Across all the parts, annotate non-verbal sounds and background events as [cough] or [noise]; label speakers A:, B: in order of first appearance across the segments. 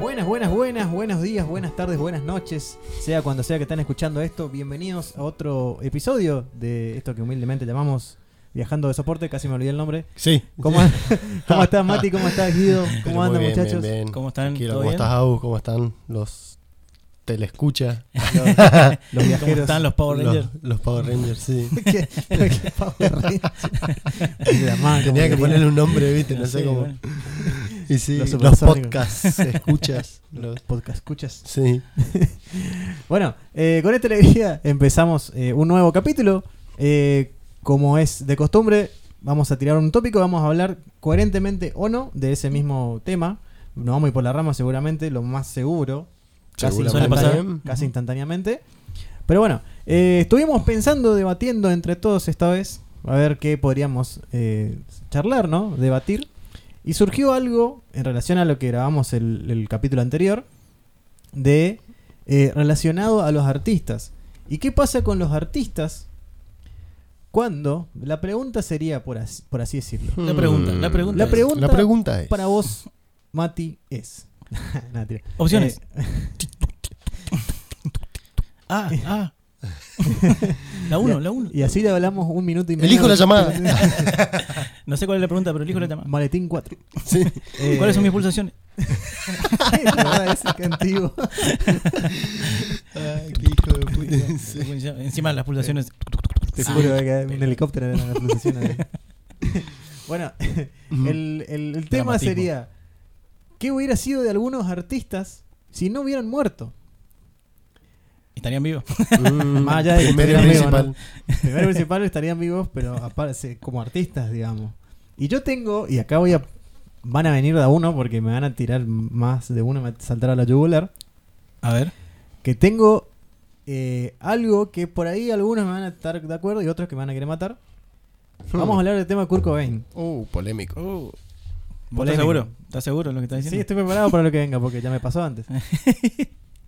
A: Buenas, buenas, buenas, buenos días, buenas tardes, buenas noches, sea cuando sea que están escuchando esto, bienvenidos a otro episodio de esto que humildemente llamamos Viajando de Soporte, casi me olvidé el nombre.
B: Sí.
A: ¿Cómo, [laughs] ¿Cómo estás Mati? ¿Cómo estás Guido?
B: Pero
A: ¿Cómo andan
B: muy bien,
A: muchachos?
B: bien, bien.
C: ¿Cómo están?
B: Tranquilo,
C: ¿Todo
B: ¿Cómo
C: bien?
B: estás, Agus? ¿Cómo están los
A: [laughs]
B: telescucha?
A: Los
C: ¿Cómo
A: viajeros.
C: están los Power Rangers?
B: Los, los Power Rangers, sí.
A: [laughs] ¿Qué? Pero
B: [laughs]
A: qué Power Rangers. De la mano,
B: Tenía que
A: Ah, como
B: ponerle un nombre, viste, no sé
C: Sí,
B: cómo.
C: bueno.
B: Y sí,
A: Los
B: los,
A: supersónicos. [laughs]
B: podcasts, escuchas. los-
A: Podcast, escuchas.
B: sí.
A: Bueno, eh, con esta alegría empezamos eh, un nuevo capítulo. Eh, como es de costumbre, vamos a tirar un tópico, vamos a hablar coherentemente o no de ese mismo tema. Nos vamos a ir por la rama seguramente, lo más seguro. Casi,
B: Seguramente.
C: Suele pasar.
A: instantánea- casi instantáneamente. Pero bueno, eh, estuvimos pensando, debatiendo entre todos esta vez, a ver qué podríamos eh, charlar, ¿no? Debatir. Y surgió algo en relación a lo que grabamos el, el capítulo anterior, de eh, relacionado a los artistas. ¿Y qué pasa con los artistas cuando, la pregunta sería, por así, por así
B: [laughs]
A: decirlo,
C: La pregunta, la pregunta
A: La es- pregunta
B: Mm. la pregunta es.
A: para vos, Mati, es... [laughs] Nada, tira.
C: Opciones.
A: Eh,
C: Ah, ah. [laughs] La 1, la 1.
A: Y así le hablamos un minuto y medio.
B: Elijo la llamada.
C: No sé cuál es la pregunta, pero elijo la tema.
A: [laughs] Maletín
C: [laughs]
A: 4.
B: Sí.
A: Eh,
C: ¿Cuáles son
A: [laughs]
C: mis pulsaciones?
A: La verdad, ese que antiguo.
B: [laughs] Ay, qué hijo de puta. Sí.
C: Encima las pulsaciones.
A: Te
C: Sí.
A: juro que en un helicóptero era la [laughs] pronunciación.
B: [laughs]
A: ahí. bueno,
B: Mm.
A: el, el- el tema
C: Dramatismo.
A: sería: ¿qué hubiera sido de algunos artistas si no hubieran muerto?
C: Estarían vivos.
A: [laughs]
B: Mm,
A: Más allá de que
B: primero y
A: estuviera vivo,
B: principal.
A: Primero y principal estarían vivos, pero aparte, como artistas, digamos. Y yo tengo, y acá voy a. Van a venir de a uno porque me van a tirar más de uno, me van a saltar a la yugular.
C: A ver.
A: que tengo eh, algo que por ahí algunos me van a estar de acuerdo y otros que me van a querer matar. Vamos a hablar del tema de Kurt Cobain.
B: Uh, polémico.
C: ¿Vos
A: Polémico.
C: ¿Estás seguro? ¿Estás seguro de lo que estás
A: Sí,
C: diciendo?
A: estoy preparado para lo que venga porque ya me pasó antes.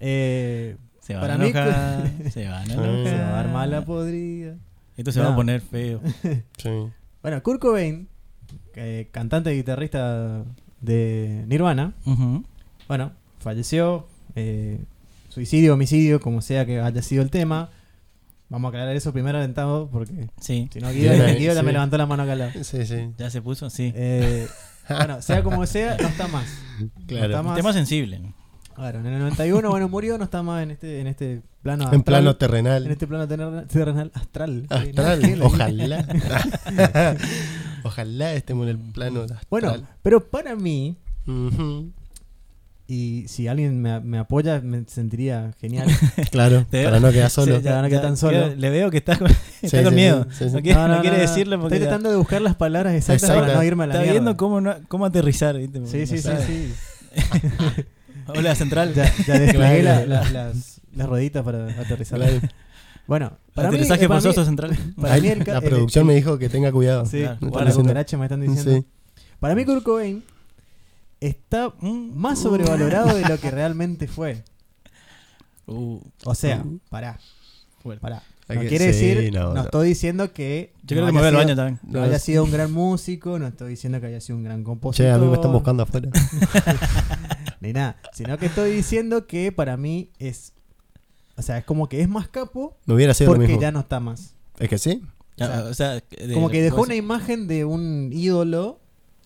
A: Eh,
C: Se va
A: Para
C: a
A: mí-
C: enojar. Se va a enojar.
A: se va a armar la podrida.
C: Esto se
A: No.
C: va a poner feo.
B: Sí.
A: Bueno, Kurt Cobain, eh, cantante y guitarrista de Nirvana,
C: Ujú.
A: bueno, falleció. eh, suicidio, homicidio, como sea que haya sido el tema. Vamos a aclarar eso primero aventado porque
C: Sí.
A: si no, Guido,
B: Bien ahí,
A: Guido ya
B: sí.
A: me levantó la mano acá al lado.
B: Sí, sí.
C: ¿Ya se puso? Sí.
A: Eh, bueno, sea como sea, no está más.
B: Claro.
A: Estamos-
C: Un
A: más-
C: tema sensible.
A: Claro, en el 91, bueno, murió, no está más en este, en este plano astral.
B: En plano terrenal.
A: en este plano terrenal, terrenal astral.
B: Astral,
A: Sí, no, [laughs]
B: Ah, ojalá. ojalá estemos en el plano astral.
A: Bueno, pero para mí, [laughs]
B: Ujú.
A: y si alguien me, me apoya, me sentiría genial.
B: claro,
C: Te-
B: para no
A: [laughs]
B: quedar solo.
C: Sí,
A: Para no quedar tan solo.
C: queda- Le veo que está con, [laughs] está
B: Sí,
C: con
B: sí,
C: miedo.
B: sí, sí.
C: No, quiere, no quiere decirlo porque
A: Estoy
C: ya-
A: tratando de buscar las palabras exactas para
B: Exacto.
A: no irme a la
C: está
A: mierda.
C: viendo cómo, no- cómo aterrizar. ¿viste? Porque
A: Sí,
C: no
A: sí, sí,
C: sabe.
A: sí.
C: Hola, central.
A: Ya,
C: [laughs]
A: ya desplegué la-
B: Claro.
A: la- las, las roditas para aterrizar.
B: Claro.
A: Bueno, para mí,
C: Aterrizaje
A: eh, para mí-
C: forzoso central.
A: para
B: Ay,
A: mí el ca-
B: la
A: el-
B: producción me dijo que tenga cuidado.
A: Sí,
C: Claro,
A: para
B: están
A: la
B: diciendo.
A: cucaracha me están diciendo.
B: Sí.
A: Para mí Kurt Cobain está
C: [laughs] Mm.
B: Uh.
A: más sobrevalorado de lo que realmente fue.
C: Uh,
A: O sea,
B: Mm.
A: pará,
C: fuerte.
A: pará.
B: Hay
A: No
B: que-
A: quiere
B: sí,
A: decir, no,
B: no, no.
A: estoy diciendo que
C: Yo
A: no
C: creo que me voy
A: haya
C: al
A: sido-
C: baño también.
A: no haya sido un gran músico, no estoy diciendo que haya sido un gran compositor.
B: Che, a mí me están buscando afuera.
A: Ni nada, sino que estoy diciendo que para mí es o sea, es como que es más capo
B: No hubiera sido lo
A: porque
B: mismo.
A: ya no está más.
B: Es que sí.
C: Ya, o sea, de-
A: Como que dejó
C: pues,
A: una imagen de un ídolo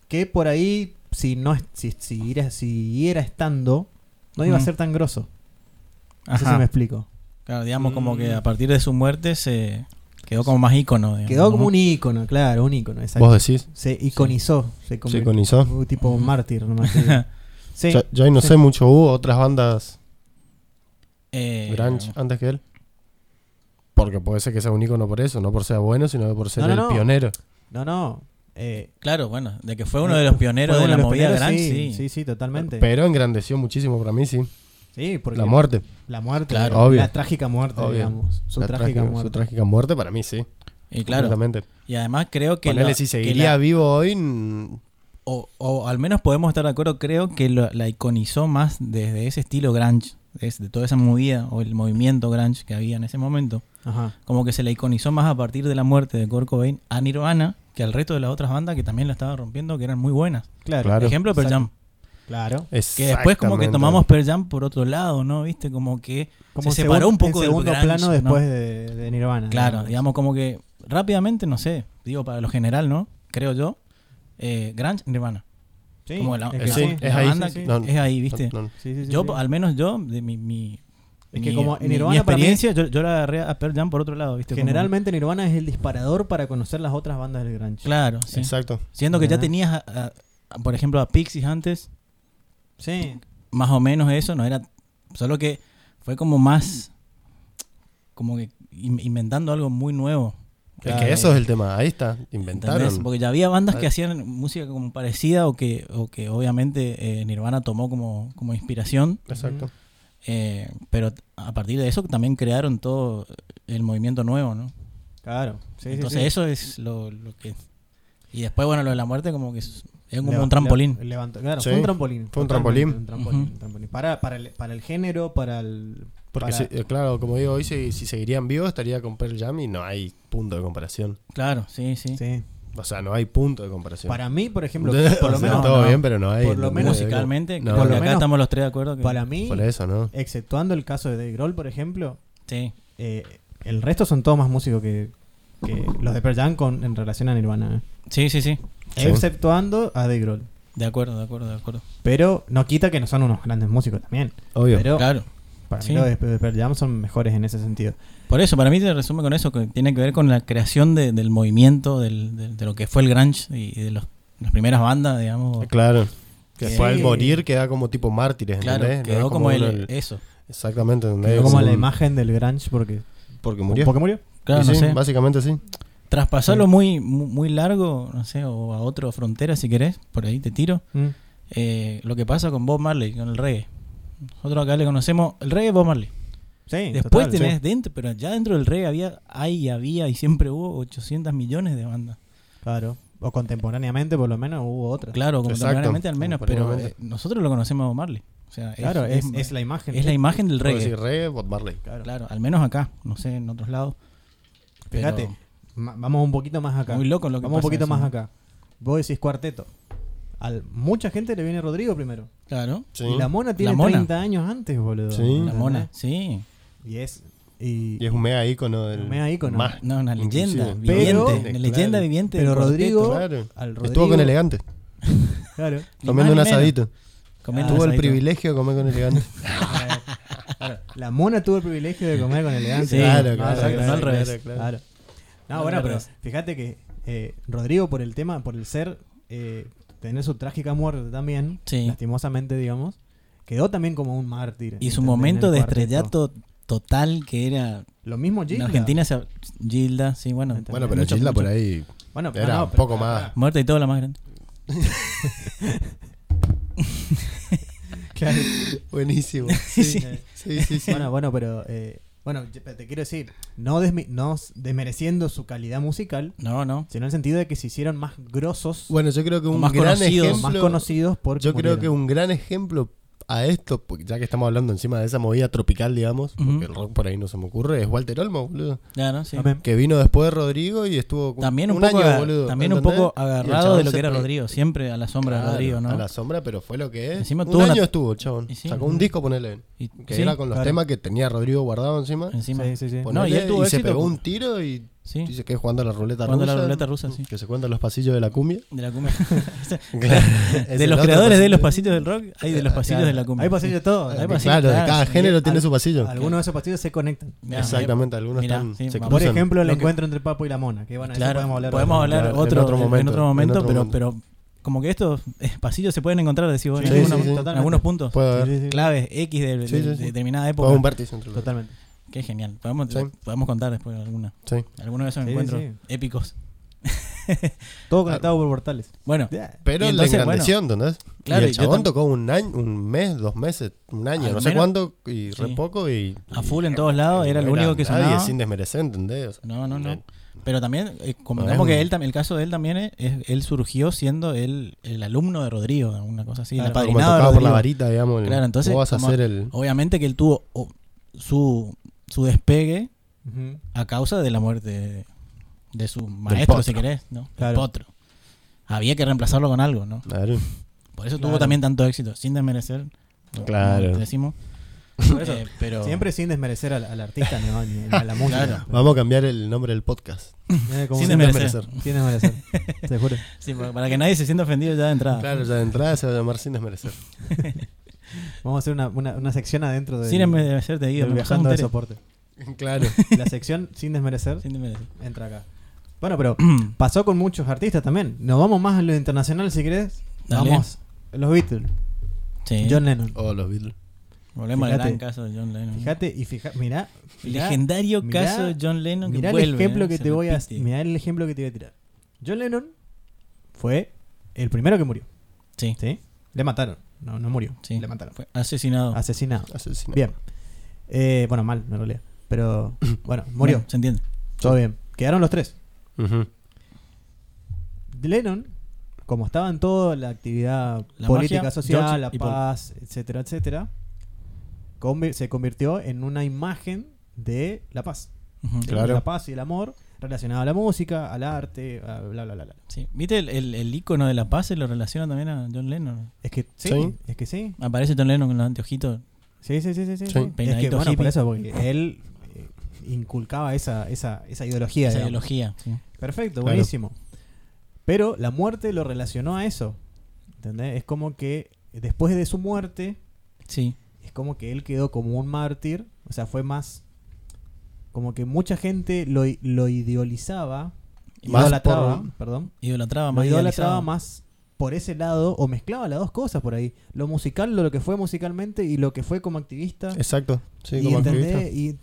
A: que por ahí, si no es- si siguiera siguiera estando, no iba a
C: Ujú.
A: ser tan grosso. No sé si
C: Ajá.
A: me explico.
C: Claro, digamos como que a partir de su muerte se quedó como más ícono. digamos,
A: Quedó como
C: ¿no?
A: un ícono, claro, un ícono, exacto.
B: Vos decís.
A: Se iconizó, se
B: Se
A: convirtió
B: iconizó.
A: en un tipo mártir,
B: [laughs]
A: nomás. te digo. Sí,
B: Yo, yo ahí no
A: Sí.
B: sé mucho. Hubo otras bandas
C: [laughs] Eh,
B: grunge antes que él. Porque puede ser que sea un ícono por eso. No por ser bueno, sino por ser
A: No, no,
B: el
A: no.
B: pionero.
A: no, no. eh,
C: Claro, bueno, de que fue uno de los pioneros
A: fue
C: de
A: uno
C: la
A: los
C: movida
A: pioneros,
C: grunge,
A: sí,
C: sí.
A: sí, sí, totalmente.
B: Pero engrandeció muchísimo para mí, sí.
A: sí, porque
B: La muerte.
A: la muerte,
B: Claro.
A: la-
B: Obvio.
A: la trágica muerte,
B: Obvio.
A: digamos. Su
B: La
A: trágica muerte.
B: Su trágica muerte para mí, sí.
C: Y claro,
B: Completamente.
C: y además creo que...
B: Ponele,
C: la-
B: si
C: que
B: seguiría
C: la-
B: vivo hoy. mm,
C: o, o al menos podemos estar de acuerdo, creo que lo- la iconizó más desde ese estilo grunge, desde toda esa movida o el movimiento grunge que había en ese momento.
A: Ajá.
C: Como que se la iconizó más a partir de la muerte de Kurt Cobain a Nirvana que al resto de las otras bandas que también la estaban rompiendo, que eran muy buenas.
A: Claro.
B: Claro.
C: Ejemplo, Pearl
A: Exacto.
C: Jam.
A: Claro.
C: Que después como que
B: Exactamente.
C: tomamos Pearl Jam por otro lado, ¿no? Viste, como que...
A: Como
C: Se separó un poco
A: en
C: del
A: segundo
C: grunge,
A: plano
C: ¿no?
A: después de, de Nirvana.
C: Claro, digamos como que rápidamente, no sé, digo para lo general, ¿no? Creo yo. Eh, Grunge, Nirvana.
A: Sí,
C: como la-
A: es que
C: la-
A: sí,
C: la
B: Eh, es ahí,
C: banda
A: sí,
C: que-
A: sí.
B: No,
C: es ahí, ¿viste?
B: No, no.
A: Sí, sí, sí,
C: yo,
A: sí.
C: al menos yo, de mi... mi
A: Es que
C: mi-
A: como en
C: mi- mi
A: Nirvana para mí-
C: experiencia, yo, yo la agarré a Pearl Jam por otro lado, ¿viste? Como-
A: Generalmente Nirvana es el disparador para conocer las otras bandas del grunge.
C: claro, sí.
B: Exacto.
C: Siendo que ya
A: Ajá.
C: tenías, a- a- a- por ejemplo, a Pixies antes,
A: Sí.
C: más o menos eso, no era. Solo que fue como más. Como que in- inventando algo muy nuevo.
B: es que eso es el tema. Ahí está.
C: ¿entendés?
B: Inventaron.
C: Porque ya había bandas que
B: Claro.
C: hacían música como parecida o que, o que obviamente eh, Nirvana tomó como, como inspiración.
B: Exacto.
C: eh, pero a partir de eso también crearon todo el movimiento nuevo, ¿no?
A: Claro. Sí, sí,
C: Entonces
A: sí.
C: eso es lo, lo que. Y después, bueno, lo de la muerte, como que es, es como
A: Leva-
C: un trampolín.
A: le- levantó- claro,
B: Sí.
A: fue un trampolín.
B: Fue un
A: totalmente,
B: trampolín.
A: un trampolín,
C: Ujú.
A: un trampolín. Para, para, el, para el género, para el.
B: Porque,
A: para-
B: si- eh, claro, como digo, hoy si, si seguirían vivos estaría con Pearl Jam y no hay punto de comparación.
C: Claro, sí, sí.
A: sí.
B: O sea, no hay punto de comparación.
A: para mí, por ejemplo,
B: [laughs] O
A: por lo
B: sea,
A: menos.
B: todo
C: no.
B: bien, pero no hay.
A: Por lo
B: no
A: menos
B: hay-
C: Musicalmente,
B: No,
C: creo que
A: por lo
C: acá
A: menos-
C: estamos los tres de acuerdo. Que,
A: Para mí,
B: Por eso, ¿no?
A: exceptuando el caso de Dave Grohl, por ejemplo,
C: Sí.
A: eh, el resto son todos más músicos que, que los de Pearl Jam con, en relación a Nirvana. eh.
C: Sí, sí, sí.
B: Sí.
A: Exceptuando a Dave Grohl.
C: De acuerdo, de acuerdo, de acuerdo.
A: Pero no quita que no son unos grandes músicos también.
B: Obvio.
A: Pero
C: claro.
A: para
C: Sí.
A: mí los de de Pearl Jam son mejores en ese sentido.
C: Por eso, para mí se resume con eso, que tiene que ver con la creación de- del movimiento, del- del- de lo que fue el grunge y, y de los, las primeras bandas, digamos.
B: Claro. Que
C: Eh, Sí.
B: después al morir queda como tipo mártires,
C: Claro,
B: ¿entendés?
C: quedó
B: No es
C: como, el,
B: uno el-
C: eso.
B: Exactamente, ¿entendés?
A: Como,
B: Como
A: la
B: un-
A: imagen del grunge porque,
B: Porque murió.
A: porque murió.
C: Claro,
B: Y
C: no
B: sí,
C: sé.
B: Básicamente sí.
C: Traspasarlo muy, muy muy largo, no sé, o a otra frontera si querés, por ahí te tiro.
A: Mm.
C: Eh, lo que pasa con Bob Marley, con el reggae. Nosotros acá le conocemos el reggae Bob Marley.
A: Sí,
C: Después
A: total,
C: tenés
A: sí.
C: dentro, pero ya dentro del reggae había, hay, había y siempre hubo 800 millones de bandas.
A: Claro. O contemporáneamente, por lo menos, hubo otra. Claro,
C: Claro, como
B: Exacto,
C: contemporáneamente al menos, pero eh,
B: contemporáneamente.
C: nosotros lo conocemos a Bob Marley. O sea, es,
A: es,
C: es-
A: es la imagen.
C: es la imagen del
B: Reggae.
C: reggae.
B: Decir, reggae, Bob Marley.
A: Claro.
C: Claro, al menos acá, no sé, en otros lados. Pero
A: Fíjate, ma- vamos un poquito más acá.
C: Muy loco lo que
A: Vamos un
C: pasa
A: poquito
C: eso,
A: más
C: ¿no?
A: acá. Vos decís cuarteto. Al, mucha gente le viene Rodrigo primero.
C: Claro,
B: Sí.
A: Y la mona tiene
C: La Mona.
A: 30 años antes, boludo.
B: Sí.
A: ¿entendés?
C: la mona, sí.
A: Y es. Y,
B: Y es un mega ícono del.
A: Un mega ícono.
B: Más.
C: No, una leyenda
B: Inclusive.
C: viviente.
A: Pero-
C: una leyenda
B: Claro.
C: viviente.
A: Pero
C: del cuarteto.
A: Rodrigo-
B: Claro.
A: al
B: Estuvo
A: Rodrigo-
B: con elegante.
A: Claro.
C: Ni
B: Comiendo un
C: más ni menos.
B: asadito. Ah,
C: Comiendo
B: Tuvo
C: un
B: el
C: asadito.
B: privilegio de comer con elegante.
A: La mona tuvo el privilegio de comer con elegancia. Ah,
C: Sí,
A: Claro,
C: no,
A: claro,
C: exacto, no al
A: claro,
C: revés.
A: claro. No,
C: No,
A: bueno,
C: al
A: pero
C: revés.
A: fíjate que eh, Rodrigo, por el tema, por el ser, eh, tener su trágica muerte también,
C: Sí.
A: lastimosamente, digamos, quedó también como un mártir.
C: Y
A: ¿entendés?
C: su momento
A: En
C: de
A: el cuarteto.
C: estrellato total que era.
A: Lo mismo Gilda.
C: En Argentina se. Gilda, sí, bueno.
A: Entendés.
B: Bueno, pero
C: mucho,
B: Gilda por
C: mucho.
B: ahí
A: Bueno,
B: era
A: no, pero- ah,
B: un poco más.
C: Muerta y todo la más grande.
A: Claro.
B: [laughs] Buenísimo.
A: Sí, sí. eh,
B: Sí, sí, sí.
A: Bueno, bueno, pero. eh, bueno, yo- pero te quiero decir, no, desmi- no s- desmereciendo su calidad musical,
C: No, no.
A: sino en el sentido de que se hicieron más grosos,
B: Bueno, yo creo que
C: O
B: un
C: más
B: gran
C: conocidos,
B: ejemplo.
A: más conocidos porque.
B: Yo creo
A: murieron.
B: que un gran ejemplo a esto, porque ya que estamos hablando encima de esa movida tropical, digamos,
C: Ujú.
B: porque el rock por ahí no se me ocurre, es Walter Olmo, boludo.
C: Claro, sí.
A: Amén.
B: Que vino después de Rodrigo y estuvo un-
C: También un,
B: un
C: poco,
B: año,
C: aga-
B: boludo,
C: también un
B: ¿entendés?
C: poco
B: Y el
C: agarrado
B: chabón
C: de lo
B: se
C: que era
B: pre-
C: Rodrigo, siempre a la sombra
B: Claro,
C: de Rodrigo,
B: A
C: ¿no?
B: la sombra, pero fue lo que es.
C: Encima
B: un
C: tuvo
B: año
C: una-
B: estuvo, el chabón.
C: Y sí,
B: Sacó
C: ujú.
B: un disco, ponele.
C: Y-
B: Que
C: sí,
B: era con los
A: claro.
B: temas que tenía Rodrigo guardado encima.
C: encima.
A: Sí, sí, sí.
C: No, y él
B: Ponele,
C: tuvo
B: se
C: éxito.
B: pegó un tiro y
C: Sí,
B: dice que es jugando a la ruleta
C: Jugando a
B: rusa.
C: la ruleta rusa, sí.
B: Que se cuentan los pasillos de la cumbia.
C: de la
B: [laughs]
C: cumbia.
B: Es
C: de
B: el
C: los
B: otro
C: creadores
B: pasillo.
C: de los pasillos del rock, hay de los pasillos
A: Claro.
C: de la Ah, cumbia.
A: Hay pasillos de todo.
C: Hay
A: Hay
C: pasillos,
B: Claro, de
C: claro,
B: cada
C: sí.
B: género tiene
A: Al-
B: su pasillo.
A: Algunos de esos pasillos se conectan.
C: Ya,
B: Exactamente, algunos
C: Mirá,
B: están.
C: sí,
B: se
C: vamos.
A: Por
B: cruzan.
A: ejemplo, el
C: Lo que-
A: encuentro entre el Papo y la Mona. Que bueno, eso
C: Claro,
A: podemos hablar.
C: podemos
A: otro día.
C: hablar
B: Claro, en
C: otro, en
B: otro
C: otro momento,
B: momento, en otro
C: pero,
B: momento.
C: pero como que estos eh, pasillos se pueden encontrar, decís vos,
A: Sí,
C: en,
B: sí,
C: algunos-
B: sí, sí.
C: en algunos puntos.
B: Puede haber.
A: Sí, sí, sí.
C: Claves X de, de-
B: Sí, sí,
C: de
B: sí.
C: determinada época.
B: Puede haber un vértice entre los dos.
A: Totalmente.
C: Qué genial. Podemos,
B: Sí.
C: podemos contar después alguna,
B: Sí.
C: algunos de esos
A: Sí, sí,
C: encuentros
A: sí.
C: épicos.
A: Todo conectado por portales.
C: Bueno,
B: Pero
C: Y entonces,
B: la engrandeció, ¿entendés?
C: Claro,
B: y
C: y
B: el
C: yo tam-
B: chabón tocó un año, un mes, dos meses, un año,
C: Al
B: no sé
C: menos-
B: cuánto, y
C: sí.
B: re poco y...
C: a
B: y-
C: full en todos lados, era lo
B: no
C: único que
B: nadie,
C: sonaba.
B: sin desmerecer, ¿entendés? O sea,
C: No, no, no.
B: eh,
C: Pero también, eh,
B: Bueno.
C: convengamos que él, tam- el caso de él también es, es- él surgió siendo el, el alumno de Rodrigo, alguna cosa así, el
A: Claro,
B: Ah, Como
C: apadrinado de
B: tocado por la
C: Rodrigo.
B: varita, digamos. el-
C: Claro, entonces,
B: Vos vas a
C: como-
B: hacer el...
C: Obviamente que él tuvo oh, su, su despegue
A: Ujú.
C: a causa de la muerte de, de su maestro, si
B: potro.
C: querés, ¿no? Del
A: Claro.
C: potro. Había que reemplazarlo con algo, ¿no?
B: Claro.
C: Por eso
A: Claro.
C: tuvo también tanto éxito, sin desmerecer. como
B: Claro.
A: [laughs]
C: Decimos. Eh, pero
A: Siempre sin desmerecer al, al artista, ¿no? ni a la música.
C: [laughs] Claro.
B: Vamos a cambiar el nombre del podcast.
A: Eh, como
C: sin
A: sin
C: desmerecer.
B: desmerecer.
A: sin desmerecer. Te juro.
C: Sí, para para que nadie se sienta ofendido ya de entrada.
B: Claro, ya de entrada se va a llamar Sin Desmerecer. [laughs]
A: Vamos a hacer una, una, una sección adentro del,
C: Sin desmerecer, te digo.
A: del
C: me
A: viajando
C: pasó
A: de
C: un
A: soporte.
C: [laughs]
B: Claro.
A: La sección sin desmerecer
C: tere. Sin desmerecer.
A: entra acá. Bueno, pero pasó con muchos artistas también. Nos vamos más a lo internacional si querés.
C: Dale.
A: Vamos. Los Beatles.
C: Sí.
A: John Lennon.
B: O los Beatles.
C: Volvemos al
A: Fíjate.
C: gran caso de John Lennon.
A: Fíjate y fija, mirá, mirá-
C: Legendario
A: mirá-
C: caso de John Lennon que
A: mirá
C: vuelve.
A: el ejemplo
C: ¿eh?
A: que
C: Se
A: te voy a
C: repite.
A: mirá el ejemplo que te voy a tirar. John Lennon fue el primero que murió,
C: Sí,
A: ¿sí? Le mataron, no no murió,
C: sí.
A: le mataron.
C: Fue asesinado.
A: Asesinado.
B: Asesinato.
A: Bien. Eh, bueno, mal en realidad,
C: [coughs]
A: pero bueno, murió.
C: Bueno, se entiende.
A: Todo bien. Quedaron los tres.
B: Ujú.
A: Lennon, como estaba en toda la actividad
C: La
A: política
C: magia,
A: social,
C: George
A: la
C: y Paul.
A: paz, etcétera, etcétera, convi- se convirtió en una imagen de la paz.
C: Ujú.
A: De
B: Claro.
A: La paz y el amor relacionado a la música, al arte, a bla, bla, bla, bla.
C: Sí. ¿Viste el, el, el icono de la paz? Se lo relaciona también a John Lennon.
A: Es que sí,
B: Sí.
A: es que sí.
C: Aparece John Lennon con los anteojitos.
A: Sí, sí, sí, sí. sí,
B: Sí.
A: sí. Es que
C: Peinadito
A: bueno, por
C: hippie.
A: eso, porque él eh, inculcaba esa, esa, esa ideología.
C: Esa
A: digamos.
C: ideología. sí.
A: Perfecto,
B: Claro.
A: buenísimo. Pero la muerte lo relacionó a eso. ¿Entendés? Es como que después de su muerte,
C: Sí.
A: es como que él quedó como un mártir. O sea, fue más. Como que mucha gente lo, i- lo idealizaba.
B: Más
A: idolatraba,
B: por-
A: perdón.
C: Idolatraba
A: Lo idolatraba
C: más. idealizado.
A: más por ese lado, o mezclaba las dos cosas por ahí. Lo musical, lo que fue musicalmente, y lo que fue como activista.
B: Exacto. Sí,
A: y
B: como
A: entendés,
B: activista.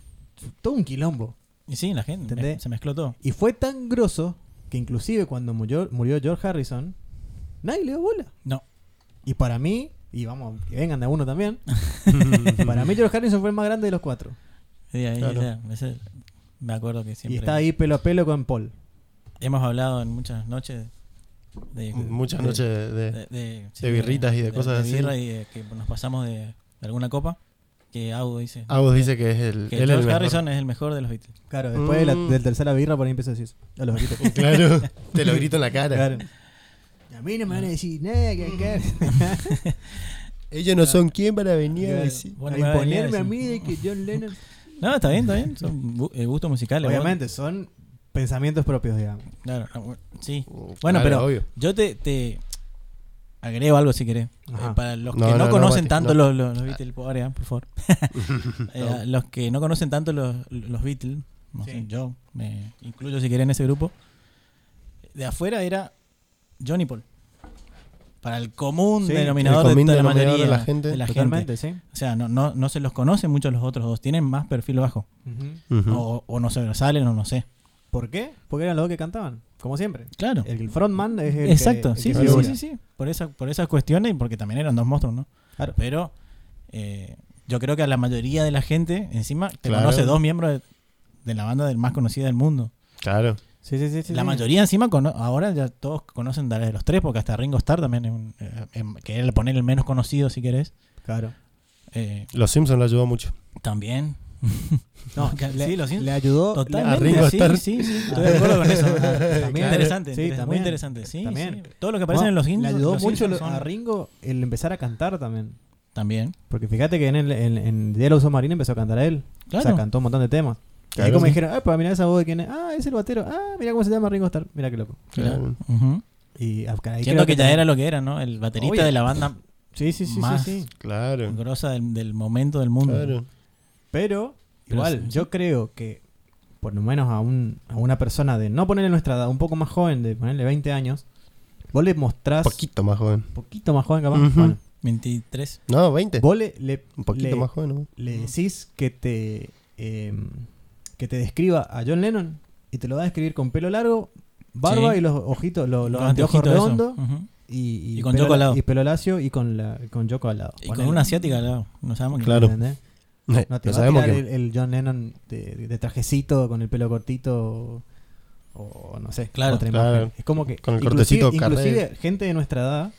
A: y todo un quilombo.
C: Y sí, la gente.
A: ¿Entendés?
C: me- Se mezcló todo.
A: Y fue tan grosso que inclusive cuando murió, murió George Harrison, nadie le dio bola.
C: No.
A: Y para mí, y vamos, que vengan de a uno
B: [laughs]
A: también, para mí George Harrison fue el más grande de los cuatro.
C: Sí, ahí,
B: Claro.
C: ese- ese- me acuerdo que siempre.
A: Y está ahí pelo a pelo con Paul.
C: Hemos hablado en muchas noches. De,
B: Muchas
C: de-
B: noches de,
C: de, de-
B: de birritas y de cosas así.
C: birra y de que nos pasamos de, de alguna copa. Que Audo dice.
B: Agus dice que es el,
C: que
B: Ah, él es el
C: George
B: mejor.
C: Harrison es el mejor de los Beatles.
A: Claro, después de la,
B: Mm.
A: del tercera birra por ahí empieza a decir a los gritos.
B: [laughs]
A: [laughs]
B: [laughs] Claro, te lo grito en la cara.
A: Claro. A mí no me van a decir nada que acá.
B: [laughs] Ellos no son quien para venir a
A: Claro.
B: decir.
C: Bueno,
A: a
C: me va a venir
A: imponerme
C: a
A: a
C: decir.
A: mí de que John
C: [laughs]
A: Lennon.
C: No, está bien, está bien. Son gu- eh, gustos musicales.
A: Obviamente, son pensamientos propios, digamos.
C: vos- Claro, ah, bueno, sí.
B: Claro,
C: Bueno, pero
B: obvio.
C: yo te, te agrego algo si querés.
A: Ajá.
C: Eh, para los
B: No,
C: que no,
B: no, no,
C: conocen
B: Mati,
C: tanto
B: no.
C: los, los, los Beatles, por, ahora,
B: [laughs]
C: por favor. [laughs] Eh,
B: No.
C: Los que no conocen tanto los, los Beatles, no
A: Sí.
C: sé, yo me incluyo si querés en ese grupo. De afuera era Johnny Paul. Para el común
A: Sí,
C: denominador
B: el común
C: de toda la
B: denominador
C: mayoría
B: de la gente.
C: de la gente.
A: Totalmente, sí.
C: O sea, no, no, no se los conoce mucho los otros dos. Tienen más perfil bajo.
A: Ujú.
B: Ujú.
C: o, o no sobresalen o no sé.
A: ¿Por qué? Porque eran los dos que cantaban, como siempre.
C: Claro.
A: El frontman es el que-
C: Exacto,
A: el que
C: sí, sí, sí,
A: figura.
C: sí, sí. Por, esa, por esas cuestiones y porque también eran dos monstruos, ¿no?
A: Claro.
C: Pero eh, yo creo que a la mayoría de la gente, encima, te
B: Claro.
C: conoce dos miembros de, de la banda del más conocida del mundo.
B: Claro.
A: Sí, sí, sí, sí,
C: la
A: sí.
C: mayoría, encima, cono- ahora ya todos conocen de los tres, porque hasta Ringo Starr también, es un- eh, em- que era poner el menos conocido, si querés. [laughs]
A: Claro.
C: Eh,
B: Los Simpsons lo ayudó mucho.
C: también.
A: No,
C: Acá-
A: le,
C: sí, lo siento.
A: le ayudó.
C: Totalmente,
B: a Ringo
C: sí,
B: Starr.
C: sí, sí, estoy de acuerdo con eso.
A: También.
C: interesante,
A: Sí,
C: interesa- muy
A: también.
C: interesante, sí,
A: También.
C: sí. Todo lo que aparece en los
A: le
C: Simpsons.
A: ayudó
C: los
A: mucho
C: Simpsons
A: lo-
C: son-
A: a Ringo el empezar a cantar también.
C: También.
A: Porque fíjate que en, el, en, en The Yellow Submarine empezó a cantar él.
C: Claro.
A: O sea, cantó un montón de temas. Y ahí
B: Claro,
A: como
B: sí.
A: dijeron, ah, pues mirá esa voz de quién es. Ah, es el batero. Ah, mira cómo se llama Ringo Starr. Mira qué loco.
B: Claro.
C: Ujú.
A: Y ah, ahí creo
C: Siendo que, ya
A: también-
C: era lo que era, ¿no? El baterista
A: Obvio.
C: de
B: [laughs]
C: la banda
A: Sí, sí, sí,
C: más-
A: sí, sí.
B: Claro.
C: grosa del, del momento del mundo.
B: Claro.
A: Pero,
C: Pero
A: igual,
C: sí,
A: yo creo que por lo menos a, un, a una persona de no ponerle nuestra edad, un poco más joven, de ponerle 20 años, vos le mostrás.
B: poquito más joven.
A: poquito más joven capaz.
B: Ujú.
A: Bueno,
C: 23.
B: No, 20.
A: vos le, le-
B: Un poquito
A: le-
B: más joven. ¿no?
A: le decís que te eh, que te describa a John Lennon y te lo va a describir con pelo largo, barba
C: Sí.
A: y los ojitos, los, los
C: Con
A: anteojos
C: anteojitos, eso.
A: redondos
C: Ujú.
A: y,
C: Y con
A: pelo,
C: Yoko al lado.
A: y pelo lacio y con la con Yoko al lado.
C: Y con
A: Ponele.
C: una asiática al lado. No sabemos
B: Claro.
A: ¿Entendés? No te va a
B: Lo sabemos
A: tirar
B: que.
A: el, el John Lennon de, de trajecito con el pelo cortito o, o no sé,
C: Claro.
A: otra
B: Claro.
A: imagen. Es como que
B: Con el
A: inclusive-
B: cortecito
A: inclusive
B: Carrera.
A: gente de nuestra edad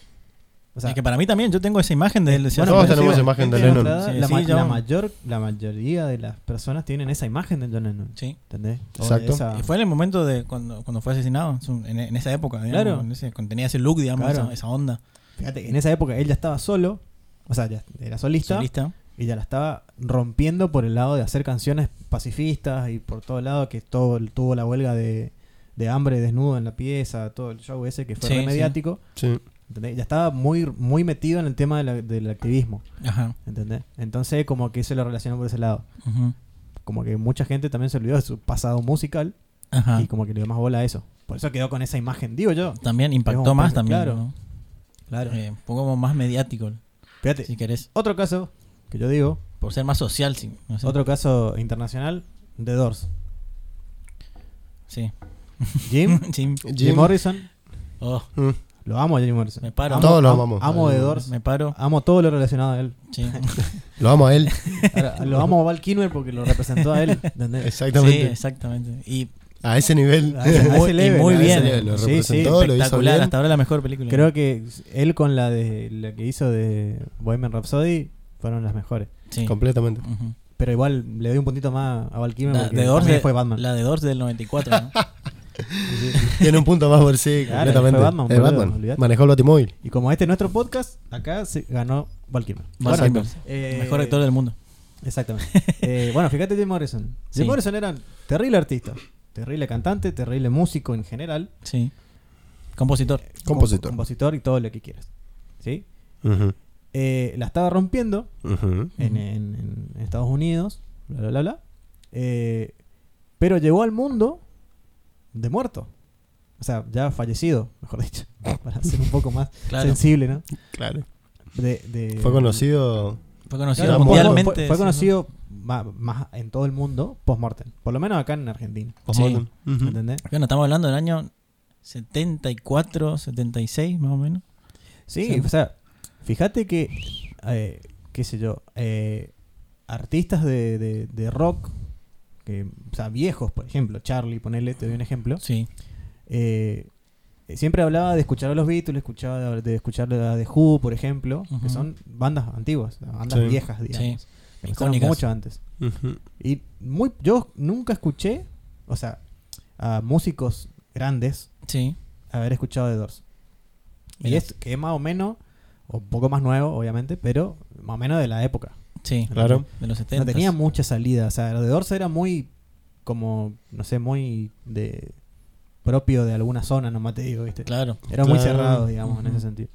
A: o
C: O sea, que para mí también, yo tengo esa imagen de él. de-
B: Todos
A: pero
B: tenemos
A: sí,
B: imagen
A: gente
B: de
A: nuestra
B: Lennon.
A: edad,
C: Sí,
A: la,
C: sí,
A: ma-
C: yo-
A: la mayor, la mayoría de las personas tienen esa imagen de John Lennon.
C: Sí.
A: ¿Entendés? O de
B: Exacto.
A: esa-
C: Y fue en el momento de cuando, cuando fue asesinado, es un- en, en esa época, digamos,
A: Claro.
C: con ese- con- tenía ese look, digamos,
A: Claro.
C: esa, esa onda.
A: Fíjate que en esa época él ya estaba solo, o sea, ya era solista,
C: Solista.
A: y ya la estaba rompiendo por el lado de hacer canciones pacifistas y por todo lado, que todo el- tuvo la huelga de, de hambre desnudo en la pieza, todo el show ese que fue
C: Sí,
A: re
C: sí.
A: mediático.
B: Sí.
A: ¿entendés? Ya estaba muy, muy metido en el tema de la- del activismo,
C: Ajá.
A: ¿entendés? Entonces como que se lo relacionó por ese lado.
C: Ujú.
A: Como que mucha gente también se olvidó de su pasado musical
C: Ajá.
A: y como que le dio más bola a eso. Por eso quedó con esa imagen, digo yo.
C: También impactó
A: Digamos,
C: más
A: porque-
C: también.
A: claro,
C: ¿no?
A: Claro.
C: Eh, un poco como más mediático,
A: Fíjate,
C: si querés.
A: otro caso que yo digo,
C: Por ser más social, sí. no sé.
A: otro caso internacional, The
C: [laughs]
A: Doors.
C: Sí. [laughs]
A: Jim,
C: Jim.
A: Jim Morrison,
C: Oh,
B: Mm.
A: lo amo a Jim Morrison.
C: me paro.
A: Amo-
B: Todos lo
A: am-
B: amamos.
A: Amo The Doors,
C: Me paro.
A: amo todo lo relacionado a él.
C: Sí.
B: Lo amo
A: [laughs]
B: a él. [laughs]
A: Ahora, lo amo a Val Kilmer porque lo representó a él. ¿entendés?
C: Sí,
B: Exactamente.
C: exactamente. Y
B: a ese
A: [laughs]
B: nivel.
A: A ese- a ese
C: Muy- y
A: level,
C: muy
A: a ese
C: bien.
A: level.
B: Lo
A: Sí,
B: representó. Todo lo hizo
C: espectacular.
B: bien.
C: Hasta ahora la mejor película.
A: Creo que él con la de la que hizo de Bohemian Rhapsody fueron las mejores.
C: Sí.
B: [laughs] Completamente.
C: Ujú.
A: Pero igual le doy un puntito más a Val Kilmer
C: La
A: porque
C: de Doors
A: también
C: de-
A: fue Batman.
C: La de Doors del 94,
A: [laughs]
C: ¿no?
B: Tiene un punto más por sí,
A: Claro,
B: completamente.
A: fue Batman,
B: Es
A: boludo,
B: Batman.
A: olvidate.
B: Manejó el Batimóvil.
A: Y como este es nuestro podcast, acá se ganó Val Kilmer.
C: Val
A: Bueno,
C: Kilmer,
A: eh,
C: mejor actor del mundo.
A: Exactamente. Eh, bueno, fíjate Jim Morrison. Jim
C: Sí.
A: Morrison era terrible artista, terrible cantante, terrible músico en general.
C: Sí. Compositor.
B: Compositor.
A: Comp- compositor y todo lo que quieras. ¿Sí? Eh, la estaba rompiendo
B: Ujú.
A: en,
C: Ujú.
A: en- en Estados Unidos, bla, bla, bla, bla. Eh, pero llegó al mundo de muerto. O sea, ya fallecido, mejor dicho. [laughs] Para ser un poco más
C: [laughs] Claro.
A: sensible, ¿no?
B: Claro.
A: De- de-
B: Fue conocido.
C: Fue
A: Claro,
C: conocido
B: Era
A: fue-
C: mundialmente.
A: Fue, fue
C: sí,
A: conocido ma- más en todo el mundo post-mortem. Por lo menos acá en Argentina.
B: Postmortem. Ujú.
A: ¿Entendés?
C: ¿no? Bueno, estamos hablando del año 74, 76, más o menos.
A: Sí,
C: Sí.
A: o sea, fíjate que, eh, qué sé yo, eh, artistas de, de- de rock, que, o sea, viejos, por ejemplo, Charlie, ponele, te doy un ejemplo,
C: Sí.
A: eh, siempre hablaba de escuchar a los Beatles, escuchaba de, de escuchar a The Who, por ejemplo,
C: Ujú.
A: que son bandas antiguas, bandas
B: Sí.
A: viejas, digamos,
C: Sí.
A: que empezaron
C: Icónicas.
A: mucho antes.
B: Ujú.
A: Y muy, yo nunca escuché, o sea, a músicos grandes
C: Sí.
A: haber escuchado de Doors. Y
C: Mirá.
A: es que es más o menos, o un poco más nuevo, obviamente, pero más o menos de la época.
C: Sí.
B: Claro.
C: De los 70.
A: No tenía mucha salida. O sea, The Doors era muy, como, no sé, muy de propio de alguna zona, nomás te digo, ¿viste?
C: Claro.
A: Era muy
B: Claro.
A: cerrado, digamos, en
C: Ujú.
A: ese sentido.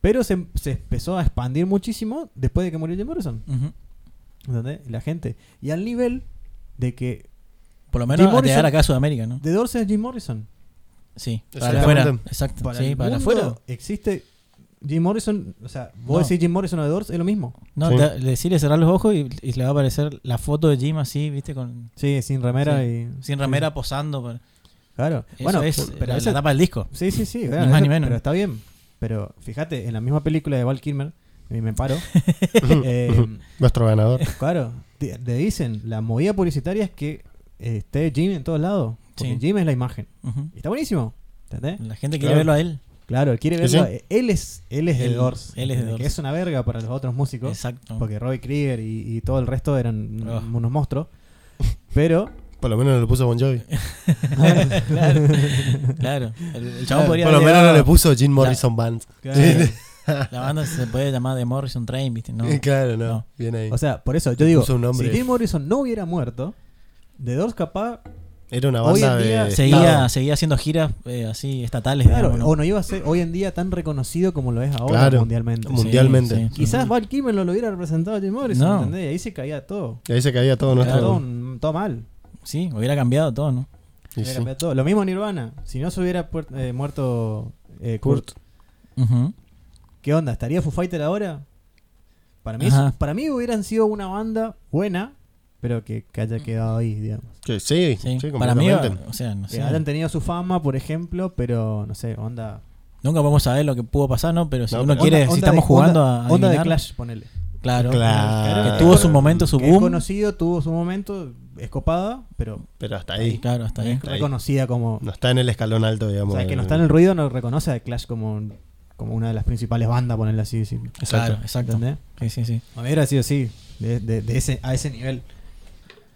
A: Pero se, se empezó a expandir muchísimo después de que murió Jim Morrison.
C: Ujú.
A: ¿Entendés? La gente. Y al nivel de que
C: Por lo
A: Jim
C: menos a
A: Morrison-
C: llegar acá a Sudamérica, ¿no?
A: The Doors es Jim Morrison.
C: Sí. Para
B: Exactamente.
C: afuera. Exacto.
A: Para
C: sí,
A: el
C: para
A: mundo
C: afuera.
A: existe Jim Morrison. O sea, vos
C: No.
A: decís Jim Morrison o The Doors, es lo mismo.
C: No,
B: Sí.
C: te- le decirle cerrar los ojos y, y le va a aparecer la foto de Jim así, ¿viste? Con,
A: Sí, sin remera y.
C: sin ramera posando. para-
A: Claro.
C: Eso
A: bueno,
C: es eh,
A: por- pero
C: la,
A: esa-
C: la tapa del disco.
A: Sí, sí, sí. claro,
C: Ni más
A: esa-
C: ni menos.
A: Pero está bien. Pero fíjate, en la misma película de Val Kilmer, y me
C: [laughs]
A: paro.
B: Ujú.
A: eh,
B: Nuestro ganador.
A: claro, te, te dicen, la movida publicitaria es que eh, esté Jim en todos lados. Porque
C: Sí.
A: Jim es la imagen.
C: Ujú.
A: Y está buenísimo. ¿Entendés?
C: La gente quiere
B: Claro.
C: verlo a él.
A: Claro, él quiere
B: Sí,
A: verlo.
B: sí.
A: eh, Él es, él es de
C: Él-
A: Doors.
C: él es de
A: ¿entendés?
C: Doors.
A: Que es una verga para los otros músicos.
C: Exacto. [laughs]
A: Porque Robbie Krieger y, y todo el resto eran
C: Ah.
A: unos monstruos.
C: [laughs]
A: Pero.
B: Por lo menos no le puso Bon Jovi.
C: claro. claro. El, el chabón podría
B: Por lo
C: haber
B: menos no
C: llevado-
B: le puso Jim Morrison Band.
C: [laughs] La banda se puede llamar The Morrison Train, ¿viste? No.
B: [laughs] claro, no.
C: No.
B: Bien ahí.
A: O sea, por eso yo
B: Le
A: digo,
B: puso un nombre.
A: si Jim Morrison no hubiera muerto, The Doors capaz,
B: Era una
A: hoy en
B: banda
A: día
B: de.
C: Seguía,
B: Estado.
C: seguía haciendo giras eh, así estatales,
A: claro,
C: digamos, ¿no?
A: o no iba a ser hoy en día tan reconocido como lo es ahora
B: Claro.
A: mundialmente.
B: Mu- mundialmente.
A: Quizás Val Kilmer no lo hubiera representado a Jim Morrison,
C: Mm. No.
A: ¿entendés? Y ahí se caía todo.
B: Ahí se caía todo
A: Era todo,
B: nuestro.
A: un- todo mal.
C: Sí, hubiera cambiado todo, ¿no?
B: Y
A: Era
B: sí.
A: todo. Lo mismo Nirvana. Si no se hubiera puer- eh, muerto eh, Kurt,
C: Ujú.
A: ¿qué onda? ¿Estaría Foo Fighter ahora? Para mí,
C: Ajá.
A: para mí hubieran sido una banda buena, pero que, que haya quedado ahí, digamos.
B: Sí, sí,
C: Sí.
B: sí,
C: Para mí,
B: completamente.
C: o sea, no
A: Que
C: sé.
A: hayan tenido su fama, por ejemplo, pero no sé, onda.
C: Nunca podemos saber lo que pudo pasar, ¿no? Pero si
B: No,
C: uno
B: pero
C: quiere,
A: Onda-
C: si
A: onda
C: estamos
A: de-
C: jugando
A: onda-
C: a
A: Onda de
C: adivinar,
A: Clash, ponele.
C: claro,
B: Claro.
C: que tuvo su momento, su
A: Que es
C: boom,
A: conocido, tuvo su momento, es copada, pero
B: Pero hasta
C: y
B: ahí.
C: claro, hasta
A: no
C: ahí.
A: es
B: Está ahí.
A: reconocida como.
B: No eh, está en el escalón alto,
A: o
B: digamos.
A: sea, que no está en el ruido, no reconoce a Clash como, como una de las principales bandas, ponerle así. sí.
B: Exacto.
C: Claro, exacto.
A: ¿Entendés?
C: Sí, sí, sí.
A: A ver, ha sido así, de, de- de ese, a ese nivel.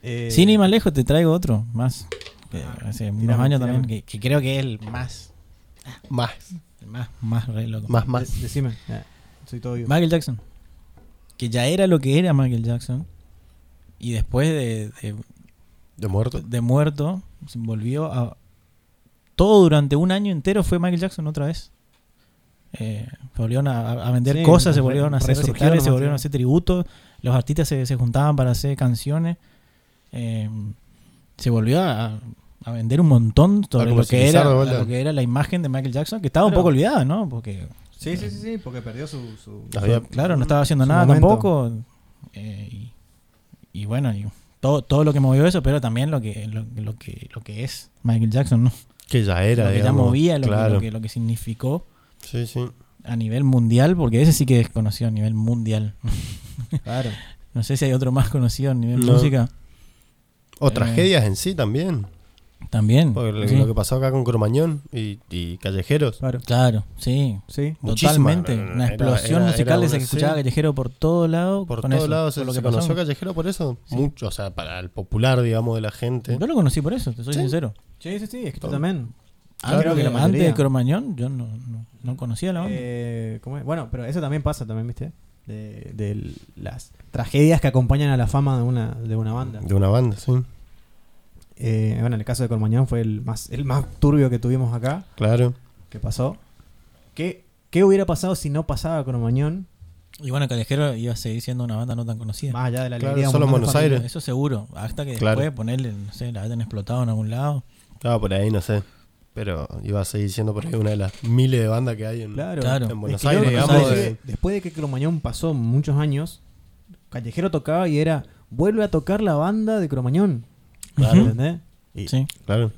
A: Eh, Ah,
C: Sin ir más lejos, te traigo otro más. que hace unos
A: tirame,
C: años
A: tirame.
C: también, que, que creo que es el más.
B: Más.
C: El más, más re loco.
B: Más, más.
A: De- decime. Eh, soy todo yo.
C: Michael Jackson. Que ya era lo que era Michael Jackson. Y después de, de-
B: De muerto.
C: de muerto, se volvió a... Todo durante un año entero fue Michael Jackson otra vez. Eh, volvieron a, a vender
A: Sí,
C: cosas, se
A: re-
C: volvieron a hacer
A: resurgió
C: recitales, se
A: nomás,
C: volvieron a
A: sí.
C: hacer tributos. Los artistas se, se juntaban para hacer canciones. Eh, se volvió a, a vender un montón sobre lo que,
B: comercializar
C: era,
B: de vuelta.
C: lo que era la imagen de Michael Jackson, que estaba un
A: Claro.
C: poco olvidada, ¿no? Porque
A: Sí, sí, sí, sí, porque perdió su. su-
B: Había-
C: Claro, no estaba haciendo
A: Su
C: nada
A: momento.
C: tampoco. eh, y, y bueno, y todo, todo lo que movió eso, pero también lo que, lo, lo que, lo que es Michael Jackson, ¿no?
B: Que ya era,
C: lo que
B: digamos.
C: ya movía, lo, que-
B: claro.
C: lo que, lo que significó
B: Sí, sí.
C: a nivel mundial, porque ese sí que es conocido a nivel mundial.
A: Claro.
C: No sé si hay otro más conocido a nivel
B: No.
C: música
B: O
C: Eh.
B: tragedias en sí también.
C: también.
B: Porque lo-
C: sí.
B: lo que pasó acá con Cromañón y, y Callejeros.
A: Claro.
C: Claro, sí.
A: Sí.
B: Muchísima.
C: Totalmente.
B: Era-
C: Una
B: era-
C: explosión
B: era
C: musical esa
B: una-
C: que escuchaba
B: sí.
C: Callejero por todo lado.
B: Por
C: Uh, con
B: todos
C: eso,
B: lados se,
C: por lo
B: se
C: que
B: conoció
C: pasó.
B: Callejero por eso. Mucho, o sea, para el popular, digamos, de la gente.
C: Yo lo conocí por eso, te soy
B: Sí.
C: sincero.
A: Sí, sí, sí, es que tú
B: Todo.
A: también. Ah,
C: Antes,
A: Creo que la
C: antes de
A: mayoría.
C: Cromañón, yo no, no, no conocía la banda.
A: Eh, ¿cómo es? Bueno, pero eso también pasa, también, ¿viste? De, de l- las tragedias que acompañan a la fama de una, de una banda.
B: De una banda, sí.
A: Eh, bueno, en el caso de Cormañón fue el más, el más turbio que tuvimos acá,
B: Claro.
A: que pasó. ¿Qué, qué hubiera pasado si no pasaba Cormañón?
C: Y bueno, Callejero iba a seguir siendo una banda no tan conocida.
A: Más allá de la
B: Claro,
A: alegría. de un
B: solo en
A: montón de
B: Buenos
A: familias.
B: Aires.
C: Eso seguro. Hasta que
B: Claro.
C: después ponerle, no sé, la hayan explotado en algún lado.
B: Estaba por ahí, no sé. Pero iba a seguir siendo por ahí una de las miles de bandas que hay en,
A: Claro.
C: Claro.
B: en
A: Es
B: Buenos
A: que
B: Aires,
A: creo que
B: digamos. eh.
A: después
B: de-
A: de- Después de que Cromañón pasó muchos años, Callejero tocaba y era, vuelve a tocar la banda de Cromañón.
C: Claro.
A: ¿Entendés? Y
C: Sí.
B: Claro.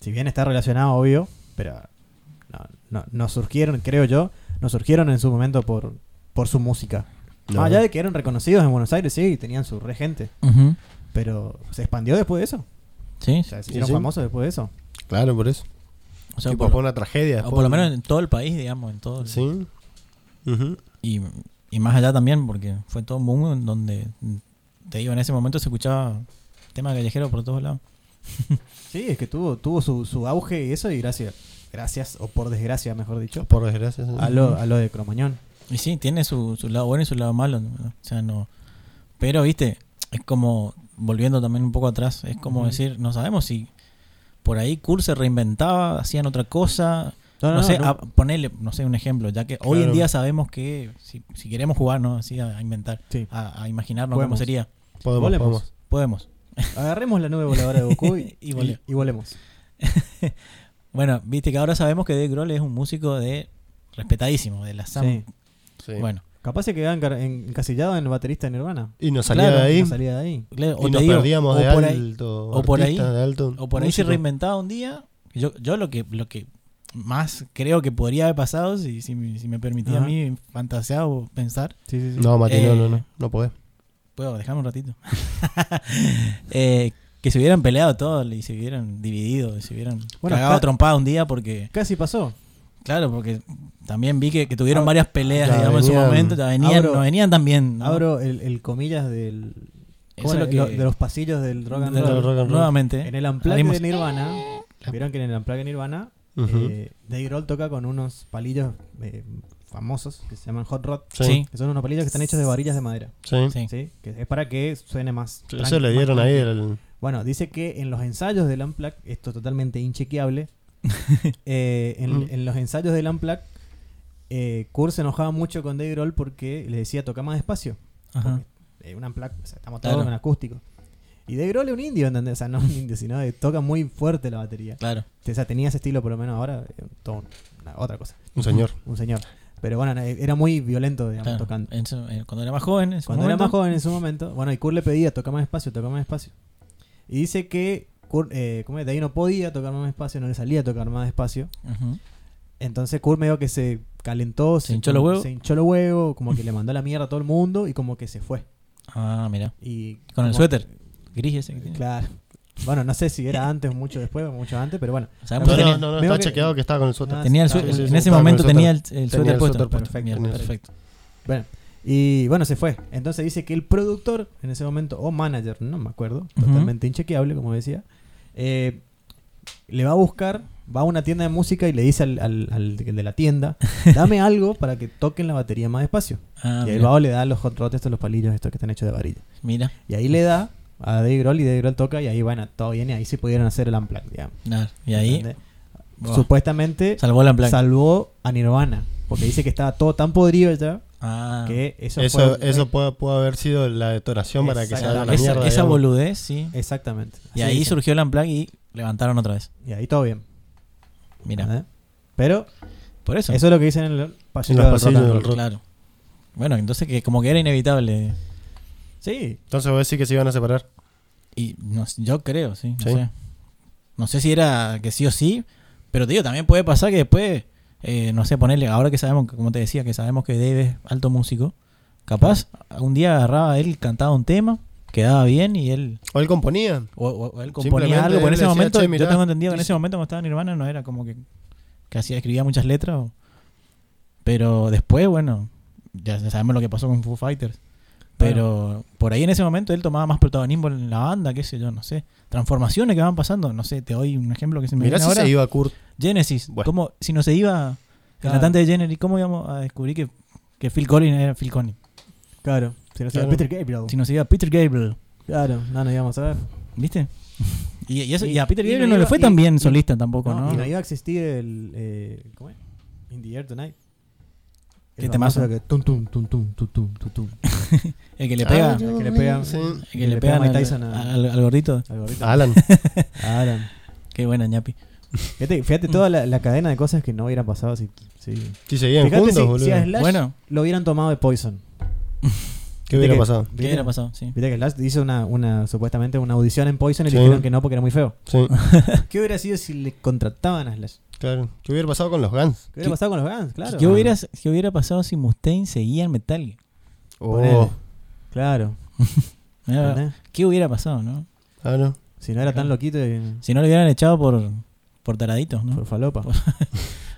A: si bien está relacionado, obvio, pero no, no- no surgieron, creo yo, no surgieron en su momento por, por su música.
B: No.
A: Más allá de que eran reconocidos en Buenos Aires, sí, tenían su re gente,
C: Ujú.
A: pero se expandió después de eso.
C: Sí.
A: O sea, se hicieron
B: sí.
A: famosos después de eso.
B: Claro, por eso.
C: O sea,
B: tipo,
C: por,
B: fue una tragedia.
C: o
B: después
C: por lo
B: un-
C: menos en todo el país, digamos, en todo. el-
B: Sí. Ujú.
C: Y, y más allá también, porque fue todo un mundo en donde, te digo, en ese momento se escuchaba tema de Callejero por todos lados.
A: Sí, es que tuvo, tuvo su, su auge y eso, y gracias, gracias, o por desgracia, mejor dicho,
B: Por desgracia. sí.
A: a lo, a lo de Cromañón.
C: Y sí, tiene su, su lado bueno y su lado malo. ¿no? O sea, no. Pero, viste, es como, volviendo también un poco atrás, es como
A: Ujú.
C: decir, no sabemos si por ahí Cool se reinventaba, hacían otra cosa. No, sé, a- ponele, no sé, un ejemplo, ya que hoy en
B: Claro.
C: día sabemos que si, si queremos jugar, ¿no? Así a, a inventar,
A: Sí.
C: a, a imaginarnos cómo
A: Podemos.
C: sería.
B: Podemos,
A: Volemos.
B: podemos.
C: Podemos.
A: Agarremos la nube voladora de Goku y,
C: [laughs] Y volemos.
A: y- y volemos.
C: Bueno, viste que ahora sabemos que Dave Grohl es un músico de respetadísimo, de la Sam.
A: Sí.
B: Sí.
C: Bueno,
A: Capaz se quedan encar- en- encasillados en el baterista de Nirvana.
B: Y nos salía
C: Claro,
B: de ahí.
A: No salía de ahí.
C: le- o
B: y
C: te
B: nos
C: digo,
B: perdíamos
C: o
B: de
C: por
B: alto.
C: ahí, o por
B: artista,
C: ahí-
B: de alto
C: O por ahí se
B: músico.
C: reinventaba un día. Yo, yo lo que lo que más creo que podría haber pasado, si, si, me- si me permitía
A: Ajá.
C: a mí fantasear o pensar.
A: Sí, sí, sí.
B: No, Mati, no,
C: Eh,
B: no, no. No podés.
C: Puedo dejarme
A: [laughs]
C: un ratito. Eh, que se hubieran peleado todos y se hubieran dividido, y se hubieran
A: Bueno,
C: cagado
A: acá-
C: a trompadas un día porque,
A: Casi pasó.
C: claro, porque también vi que, que tuvieron
A: Ab-
C: varias peleas,
B: Ya
C: digamos, en su
B: venían-
C: momento, ya venían,
A: Ah, abro-
C: no venían tan bien. ¿no?
A: Abro el, el comillas del.
C: Eso
A: ¿cómo
C: es
A: era?
C: lo que-
A: Lo- de los pasillos del rock and
C: de-
A: roll.
B: del rock and roll.
C: Nuevamente.
A: En el amplague de
C: abrimos-
A: Nirvana. Vieron que en el amplague de Nirvana.
B: Ujú.
A: eh, Dave Grohl toca con unos palillos eh, famosos que se llaman hot rod.
B: Sí.
C: sí.
A: Que son unos palillos que están hechos de varillas de madera.
B: Sí.
C: Sí.
A: ¿sí? Que es para que suene más.
B: Sí,
A: tranqui-
B: Eso le
A: más
B: dieron ahí
A: tranqui.
B: el.
A: Bueno, dice que en los ensayos del Amplac, esto es totalmente
C: [laughs]
A: inchequeable, eh, en,
B: Mm.
A: en los ensayos del Amplac, eh, Kurt se enojaba mucho con Dave Grohl porque le decía toca más despacio.
C: Ajá.
A: Porque, eh, un Amplac, o sea, estamos
C: Claro.
A: todos en acústico. Y Dave Grohl es un indio, ¿entendés? O sea, no un indio, sino que toca muy fuerte la batería.
C: Claro.
A: O sea, tenía ese estilo, por lo menos ahora, eh, todo un- una- otra cosa,
B: Un señor.
A: un señor. Pero bueno, eh, era muy violento, digamos,
C: claro.
A: tocando.
C: En su- en- cuando era más joven. en su
A: Cuando era
C: momento.
A: más joven en su momento, bueno, y Kurt le pedía, toca más espacio, toca más espacio. Y dice que Kurt, eh, ¿cómo es? de ahí no podía tocar más espacio, no le salía a tocar más espacio.
C: Ujú.
A: Entonces Kurt medio que se calentó,
C: Se hinchó los huevos.
A: se hinchó los huevos, como que le mandó la mierda a todo el mundo y como que se fue.
C: Ah, mira.
A: Y
C: Con el
A: como-
C: suéter. Gris ese que tiene.
A: Claro. Bueno, no sé si era antes, mucho después, o mucho antes, pero bueno.
C: Sabemos
B: No,
C: que
B: no,
C: tenía-
B: no, no,
A: veo
B: está
A: que-
B: chequeado que estaba con el suéter.
A: Ah,
C: Tenía el
A: sí,
C: sue-
A: sí, sí,
B: sí,
C: en ese
B: estaba
C: momento
B: con el
C: tenía el, el suéter
B: el
C: puesto.
B: suéter
C: Perfecto.
A: puesto.
C: Bien,
B: Perfecto.
C: perfecto.
A: Bueno, y bueno, se fue. Entonces dice que el productor en ese momento, o manager, no me acuerdo,
C: Ujú.
A: totalmente inchequeable, como decía, eh, le va a buscar va a una tienda de música y le dice al, al- al de la tienda,
C: [laughs]
A: dame algo para que toquen la batería más despacio.
C: Ah,
A: y el
C: mira,
A: vago le da los hot rods, estos los palillos, estos que están hechos de varilla.
C: mira,
A: Y ahí le da a Dave Grohl y Dave Grohl toca y ahí van a todo bien y ahí se pudieron hacer el unplugged, digamos.
C: claro, y ahí
A: ¿Entendés?
C: buah,
A: Supuestamente
C: salvó la placa.
A: salvó a Nirvana, porque dice que estaba todo tan podrido ya
C: Ah,
A: que eso,
B: Eso,
A: fue-
B: eso puede, pudo haber sido la detonación para que se haga la
A: Exactamente.
B: mierda.
C: esa, esa
B: digamos.
C: boludez, sí.
A: Eh, Exactamente.
C: Y
A: Así
C: ahí
A: dicen.
C: surgió la Unplugged y levantaron otra vez.
A: Y ahí todo bien.
C: Mira,
A: ¿entendés? Pero
C: por eso.
A: eso es lo que dicen en el pasillo
B: En
A: del
B: los pasillos
A: rock and
B: del
A: roll.
B: rock.
C: Claro. Bueno, entonces que como que era inevitable.
A: Sí,
B: Entonces vos decís que se iban a separar.
C: Y no sé, yo creo, sí. No,
B: Sí.
C: Sé. no sé si era que sí o sí, pero te digo, también puede pasar que después, eh, no sé, ponerle, ahora que sabemos, que, como te decía, que sabemos que Dave es alto músico, capaz un día agarraba él, cantaba un tema, quedaba bien y él,
B: O él componía.
C: o, o- o él
B: Simplemente
C: componía algo, porque en
B: él
C: ese
B: decía,
C: momento,
B: "Che,
C: yo
B: mirá".
C: tengo entendido que en
B: Sí,
C: ese momento cuando estaba Nirvana no era como que, que hacía, escribía muchas letras, o- pero después, bueno, ya sabemos lo que pasó con Foo Fighters. Pero por ahí en ese momento él tomaba más protagonismo en la banda, qué sé yo, no sé. Transformaciones que van pasando, no sé, te doy un ejemplo que se me
B: Mirá
C: viene
B: si
C: ahora.
B: se
A: [laughs]
B: iba Kurt.
C: Genesis,
B: Bueno.
C: ¿cómo- si no se iba el
A: Claro.
C: cantante de Genesis, ¿cómo íbamos a descubrir que, que Phil Collins era Phil Collins?
A: claro. Si no se llama
B: Claro.
A: Peter Gabriel.
C: Si no se iba Peter Gabriel,
A: Claro, no nos íbamos a ver.
C: ¿viste? [laughs] Y, y eso-
A: Y-
C: y a Peter
A: y
C: Gabriel
A: no
C: no, le
A: iba-
C: fue
A: y-
C: tan bien
A: y-
C: solista tampoco,
A: No,
C: ¿no?
A: Y no iba a existir el. Eh, ¿Cómo es? In the Air Tonight.
C: Qué
A: El
C: temazo.
A: famoso que tum, tum, tum, tum, tum, tum, tum, tum.
C: El que le pega,
B: Ah,
C: el
A: que le pegan-
B: sí. Ah.
C: que le pega
A: Mike
C: al,
A: Tyson a-
C: al- al gordito.
A: Al gorrito.
B: Alan.
A: Alan.
C: Qué buena, ñapi.
A: Fíjate, fíjate toda la, la cadena de cosas que no hubieran pasado si. si-
B: Si seguían
A: Fíjate
B: juntos,
A: si,
B: boludo.
A: si a Slash
C: Bueno,
A: lo hubieran tomado de Poison.
B: ¿Qué hubiera
A: que-
B: pasado?
C: ¿qué hubiera pasado? Sí.
A: Viste que Slash hizo una, una supuestamente una audición en Poison y
B: Sí.
A: le dijeron que no porque era muy feo. [laughs]
B: Sí,
A: ¿Qué hubiera sido si le contrataban a Slash?
B: claro. ¿Qué hubiera pasado con los Guns?
A: ¿Qué hubiera
C: ¿Qué-
A: pasado con los Guns? Claro.
C: ¿Qué, hubiera, qué hubiera pasado si Mustaine seguía en Metal Gear?
B: Oh,
A: Ponele. Ah, Claro.
C: Mira,
A: ¿entendés?
C: ¿Qué hubiera pasado, no?
B: claro.
A: Si no era tan loquito y-
C: Si no lo hubieran echado por, por taraditos, ¿no? [laughs]
A: por falopa.
C: Por-
A: [laughs]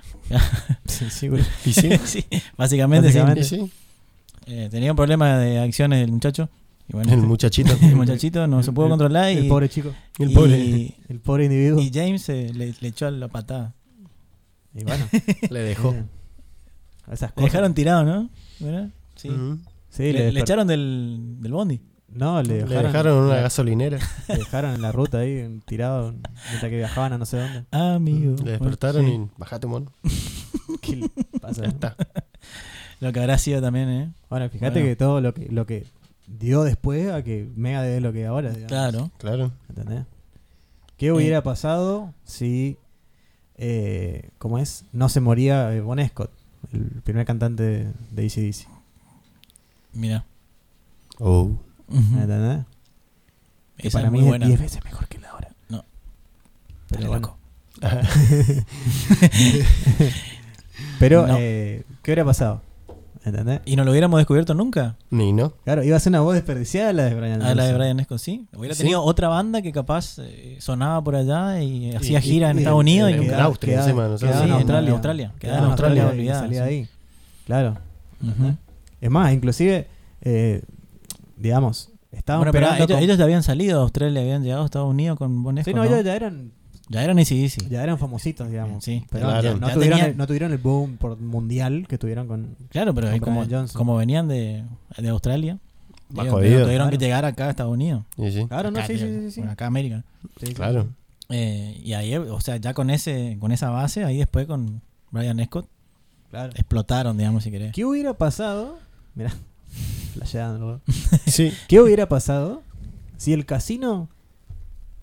A: sí, sí, güey.
B: ¿Y sí?
A: [laughs]
C: sí, básicamente, sí.
A: Básicamente.
B: ¿Y sí?
C: Eh, tenía un problema de adicciones el muchacho. Y bueno,
B: El muchachito.
C: el muchachito no se pudo
A: El-
C: controlar y,
A: El pobre chico.
B: El
C: y-
B: pobre.
C: y,
A: El pobre individuo. Y,
C: James eh, le, le echó la patada.
A: bueno.
B: Le dejó.
A: eh, Esas
C: Le
A: cosas.
C: dejaron tirado, ¿no? ¿Verdad? Sí.
B: Ujú.
A: Mm, Sí, le,
C: Le, le
A: desper- Mm,
C: echaron del, del bondi.
A: No, le dejaron,
B: Le dejaron en una
A: le-
B: gasolinera.
A: le dejaron en la ruta ahí, tirado, mientras que viajaban a no sé
C: [laughs]
A: dónde.
C: Amigo.
B: Le despertaron
C: Sí.
B: y bajate, mono.
A: ¿Qué le pasa?
B: Ya está.
C: Lo que habrá sido también, ¿eh?
A: Bueno, fíjate
C: Bueno.
A: que todo lo que, lo que dio después a que Mega es lo que ahora. digamos.
C: Claro.
B: Claro.
A: ¿Entendés? ¿Qué hubiera
C: Eh.
A: pasado si, eh, ¿cómo es? No se moría eh, Bon Scott, el primer cantante de- de ACDC.
C: Mira.
B: Oh.
C: Ujú.
A: ¿Entendés? Que
C: Esa
A: para
C: es
A: mí
C: muy
A: es
C: buena.
A: 10 veces mejor que la hora.
C: No.
A: Pero,
C: Dale,
A: bueno.
C: loco.
A: [laughs] Pero
C: No.
A: eh, ¿qué hubiera pasado? ¿Entendés?
C: ¿Y no lo hubiéramos descubierto nunca?
B: Ni no.
A: Claro, iba a ser una voz desperdiciada la de Brian.
C: A Ah, la de
A: Johnson.
C: Brian Esco, sí. Hubiera
B: Sí.
C: tenido otra banda que capaz eh, sonaba por allá y hacía
B: y-
C: gira en
A: y-
C: Estados Unidos y,
B: en
C: nunca.
A: quedaba-
B: Austria,
A: quedaba-
B: encima, no sé.
A: quedaba
C: Sí,
A: en
C: en
A: Australia.
C: Australia.
A: Quedaba
C: Quedaba en Australia,
A: y
C: olvidada,
A: salía
C: sí.
A: de ahí. Claro.
C: Ujú.
A: Es más, inclusive, eh, digamos, estaban
C: Bueno, pero
A: esperando...
C: ellos,
A: con-
C: ellos ya habían salido a Australia, habían llegado a Estados Unidos con Bon
A: Sí,
C: Esco,
A: no,
C: ¿no?
A: ellos ya eran,
C: Ya eran easy easy.
A: ya eran famositos, digamos.
C: Sí.
A: Pero
B: Claro.
A: ya- no,
C: Ya
A: tuvieron
C: tenían-
A: el, no tuvieron el boom por mundial que tuvieron con...
C: Claro, pero
A: Con
C: ahí como,
A: Brian Johnson.
C: como venían de, de Australia,
B: Más
C: ellos
B: jodido.
C: tuvieron, tuvieron que
A: Claro.
C: llegar acá a Estados Unidos.
B: Y sí.
A: Claro, no,
C: Acá,
A: sí, sí,
C: digo,
A: sí, sí.
C: bueno, acá a América.
A: Ah, Sí, sí, [laughs]
B: Claro.
C: Eh, y ahí, o sea, ya con ese con esa base, ahí después con Brian Scott,
A: sí, claro.
C: explotaron, digamos, si querés.
A: ¿Qué hubiera pasado? Mirá, [laughs] flasheando. boludo.
B: Sí.
A: ¿Qué hubiera pasado si el casino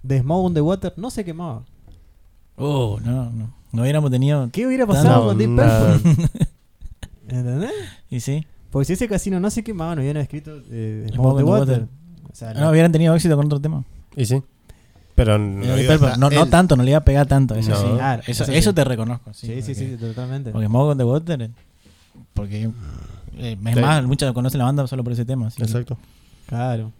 A: de Smoke on the Water no se quemaba?
C: Oh, no, no. No hubiéramos tenido...
A: ¿Qué hubiera pasado
B: No,
A: con Deep
B: nada.
A: Purple? ¿Entendés?
C: Y sí.
A: Porque si ese casino no se quemaba, no hubieran escrito eh, Smoke, on the Water. O sea,
C: No hubieran tenido éxito con otro tema.
B: Y sí. Pero no,
C: Eh,
B: iba a
C: pero- pero
B: estar
C: no, no
B: él.
C: tanto, no le iba a pegar tanto. Eso
B: No.
C: sí.
A: Claro,
C: eso,
A: eso sí.
C: eso te reconozco. Sí,
A: sí, sí, sí, totalmente.
C: Porque Smoke on the Water. eh, Porque. eh, es
B: Sí.
C: más, muchos conocen la banda solo por ese tema. así que
B: Exacto.
A: Claro.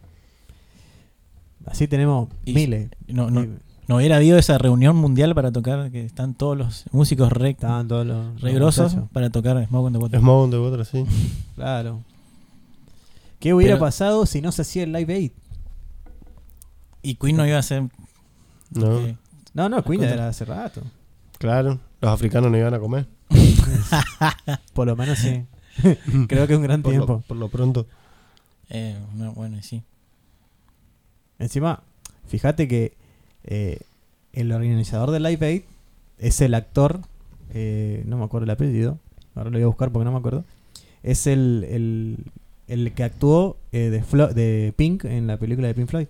A: Así tenemos
C: Y-
A: miles.
C: No, no,
A: Eh,
C: no hubiera habido esa reunión mundial para tocar. Que están todos los músicos re,
A: Estaban todos los.
C: re
A: los
C: grosos
A: muchachos.
C: para tocar Smoke on the Water.
B: Es Mound de otra, sí.
A: Claro. ¿Qué hubiera
C: Pero-
A: pasado si no se hacía el Live Aid?
C: Y Queen no iba a ser.
B: No.
C: eh,
A: No, no, Queen
C: Contra-
A: era hace rato.
B: Claro, los africanos no iban a comer.
A: Por lo menos sí.
C: [laughs]
A: Creo que es un gran
B: Por lo-
A: tiempo.
B: por lo pronto.
C: Eh, no, bueno, y sí.
A: Encima, fíjate que eh, el organizador de Live Aid es el actor, eh, no me acuerdo el apellido, ahora lo voy a buscar porque no me acuerdo. Es el, el, el que actuó eh, de, Flo- de Pink en la película de Pink Floyd,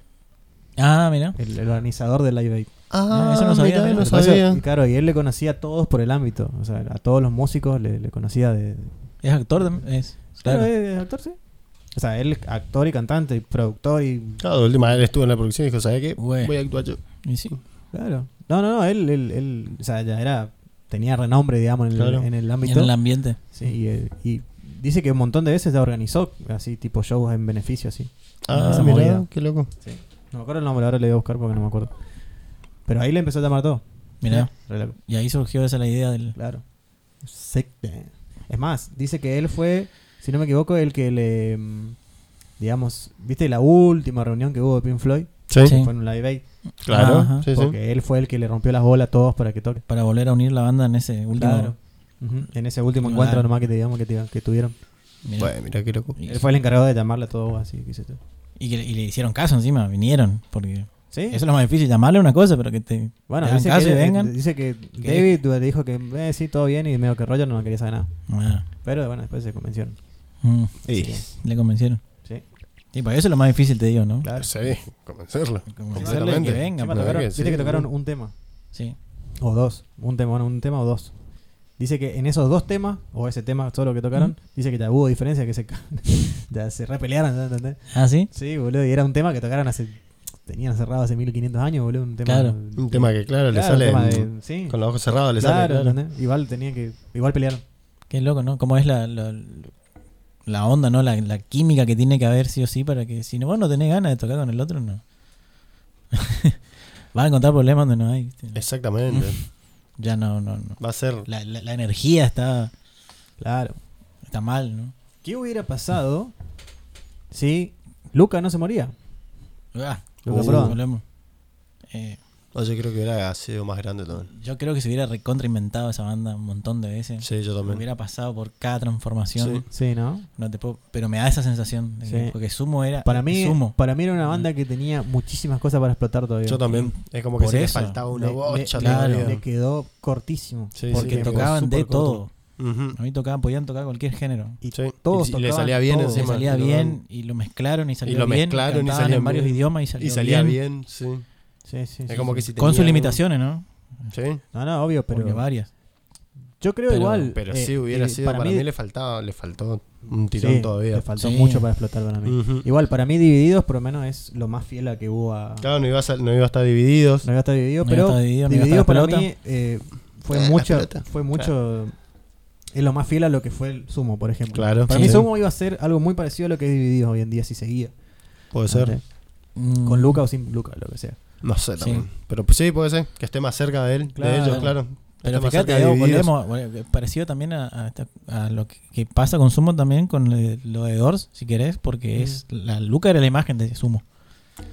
C: Ah, mira.
A: el, el organizador de Live Aid.
C: Ah, eso no sabía,
B: mirá,
C: mirá.
A: ¿eh?
B: no
A: Lo que pasa es que,
B: sabía.
A: claro, y él le conocía a todos por el ámbito, o sea, a todos los músicos le, le conocía de...
C: Es actor también. Es,
A: Claro,
C: claro.
A: es es actor, sí. eh. O sea, él es actor y cantante, y productor y
B: Claro, de última él estuvo en la producción y dijo, ¿sabes qué?
C: Bueno.
B: Voy a actuar yo.
C: Y sí.
A: Claro. No, no, no, él, él, él, o sea, ya era, tenía renombre, digamos, en el,
B: Claro.
A: en el ámbito.
C: En el ambiente.
A: Sí, y, eh, y dice que un montón de veces ya organizó, así, tipo shows en beneficio, así.
B: Ah,
A: Esa
B: mirá,
A: movida.
B: qué loco.
A: No me acuerdo el nombre, ahora le voy a buscar porque no me acuerdo. Pero ahí le empezó a llamar todo.
C: Mirá.
A: Re loco.
C: Y ahí surgió esa la idea del.
A: Claro. Secta. Es más, dice que él fue, si no me equivoco, el que le, mm, digamos, viste la última reunión que hubo de Pink Floyd,
B: Sí,
C: Sí.
A: fue en un live aid,
B: claro.
C: Ajá.
B: sí, sí.
A: porque él fue el que le rompió las bolas a todos para que toque.
C: Para volver a unir la banda en ese último.
A: Claro. Ujú, En ese último
C: Claro.
A: encuentro nomás que, te, digamos, que, te- que tuvieron.
C: Mirá.
B: Bueno, mira qué loco.
C: Y,
A: Él fue el encargado de llamarle a todos así, qué sé yo.
C: y que- y le hicieron caso encima, vinieron. Porque
A: ¿Sí?
C: eso es lo más difícil. Llamarle es una cosa, pero que te.
A: bueno,
C: te hagan
A: dice
C: caso
A: que,
C: y vengan.
A: dice que David le dijo que eh, sí, todo bien y medio que Roger no quería saber nada.
C: Ah,
A: Pero bueno, después se convencieron.
C: mm,
B: Y,
A: Sí.
C: le convencieron.
A: Sí,
C: Sí, para eso es lo más difícil, te digo, ¿no?
A: claro.
B: sí, convencerlo.
C: Convencerle
B: Completamente.
C: que venga.
A: Encima
B: la
C: porque-
A: tocaron-
B: verdad que
A: pues, viste
B: sí,
A: que tocaron
B: boludo.
A: un tema
C: Sí.
A: o dos. Un tema, bueno, un tema o dos. Dice que en esos dos temas, o ese tema solo que tocaron, dice que ya hubo diferencia, que se ca- [laughs] ya se repelearon, ¿no? ¿entendés?
C: Ah, sí.
A: Sí, boludo, y era un tema que tocaron hace. Tenían cerrado hace 1500 años, boludo. Un tema.
C: Claro.
B: Un tema que, claro, le
A: Claro,
B: sale
A: tema
B: en-
A: de- sí.
B: con los ojos cerrados, le
A: Claro,
B: sale. Claro.
A: ¿entendés? Igual tenía que. Igual pelearon.
C: Qué loco, ¿no? Cómo es la, la, la onda, ¿no? La, la química que tiene que haber sí o sí para que si no, vos no tenés ganas de tocar con el otro, no. [laughs] Vas a encontrar problemas donde no hay. ¿viste?
B: Exactamente.
A: [laughs]
C: Ya no, no, no.
B: Va a ser.
C: La, la- la energía está,
A: Claro.
C: está mal, ¿no?
A: ¿Qué hubiera pasado si Luca no se moría?
C: Ah,
A: Lo
C: sí,
A: que proban.
C: volvemos. Eh,
B: No, yo creo que hubiera sido más grande también.
C: yo creo que se hubiera recontrainventado esa banda un montón de veces.
B: Sí, yo también.
C: Hubiera pasado por cada transformación.
B: Sí.
A: Sí, ¿no?
C: No te puedo- pero me da esa sensación. de que-
A: Sí.
C: Porque Sumo era.
B: Eh,
A: Para mí,
C: Sumo.
A: para mí era una banda que tenía muchísimas cosas para explotar todavía.
B: Yo también. Es como que
C: Por
B: se le
C: eso.
B: faltaba una
A: Pues Le-
B: bocha.
A: le,
C: claro.
B: todavía.
A: le quedó cortísimo.
B: Sí,
A: porque
B: sí,
C: que
B: me
A: tocaba-
C: tocaban
B: quedó
C: de
B: súper corto.
C: todo.
B: Ujú.
C: A mí tocaban, podían tocar cualquier género.
A: y
B: Sí.
A: todos
B: Y si- le
A: tocaban
B: salía bien
A: todo.
C: Y
B: encima.
C: salía
B: tocaban-
C: bien y lo mezclaron y salió
B: lo
C: bien.
B: mezclaron y
C: cantaban
B: salía
C: en varios
B: bien.
C: idiomas y salió,
B: Y salía
C: bien.
B: bien, sí.
A: Sí, sí, sí,
B: Es como
A: sí.
B: que si
C: Con sus
B: tenía-
C: limitaciones, ¿no?
B: Sí.
A: No, no, obvio, pero.
C: Porque varias.
A: Yo creo
C: pero-
A: igual.
B: Pero
A: eh,
B: sí hubiera
A: eh,
B: sido. Para, mí, le faltaba, le faltó un tirón
A: sí,
B: todavía. Mm.
A: Le faltó
C: Sí.
A: mucho para explotar para mí.
B: Ujú.
A: Igual, para mí, Divididos, por lo menos, es lo más fiel a que hubo a.
B: Claro, no iba a, sal- no iba a estar divididos.
A: No iba a estar dividido,
C: No iba a
A: pero
C: estar dividido,
A: dividido,
C: no iba a estar
A: para
C: la pelota.
A: mí eh, fue,
B: Eh, la
A: mucho,
B: pelota.
A: fue mucho. Es lo más fiel a lo que fue el Sumo, por ejemplo.
B: Claro.
A: Para
C: Sí.
A: mí, Sumo iba a ser algo muy parecido a lo que es dividido hoy en día si seguía.
B: Puede ser.
A: ¿Vale? Con Luca o sin Luca, lo que sea.
B: No sé
C: Sí.
B: también. Pero pues, sí, puede ser. Que esté más cerca de él.
A: Claro.
B: De ellos, claro.
C: Pero
B: Esté más cerca
C: fíjate,
B: de
C: Diego,
B: divididos.
C: volvemos, bueno, parecido también a, a esta- a lo que, que pasa con Sumo también, con le- lo de Doors, si querés, porque es
B: Mm.
C: la Luca era la imagen de Sumo.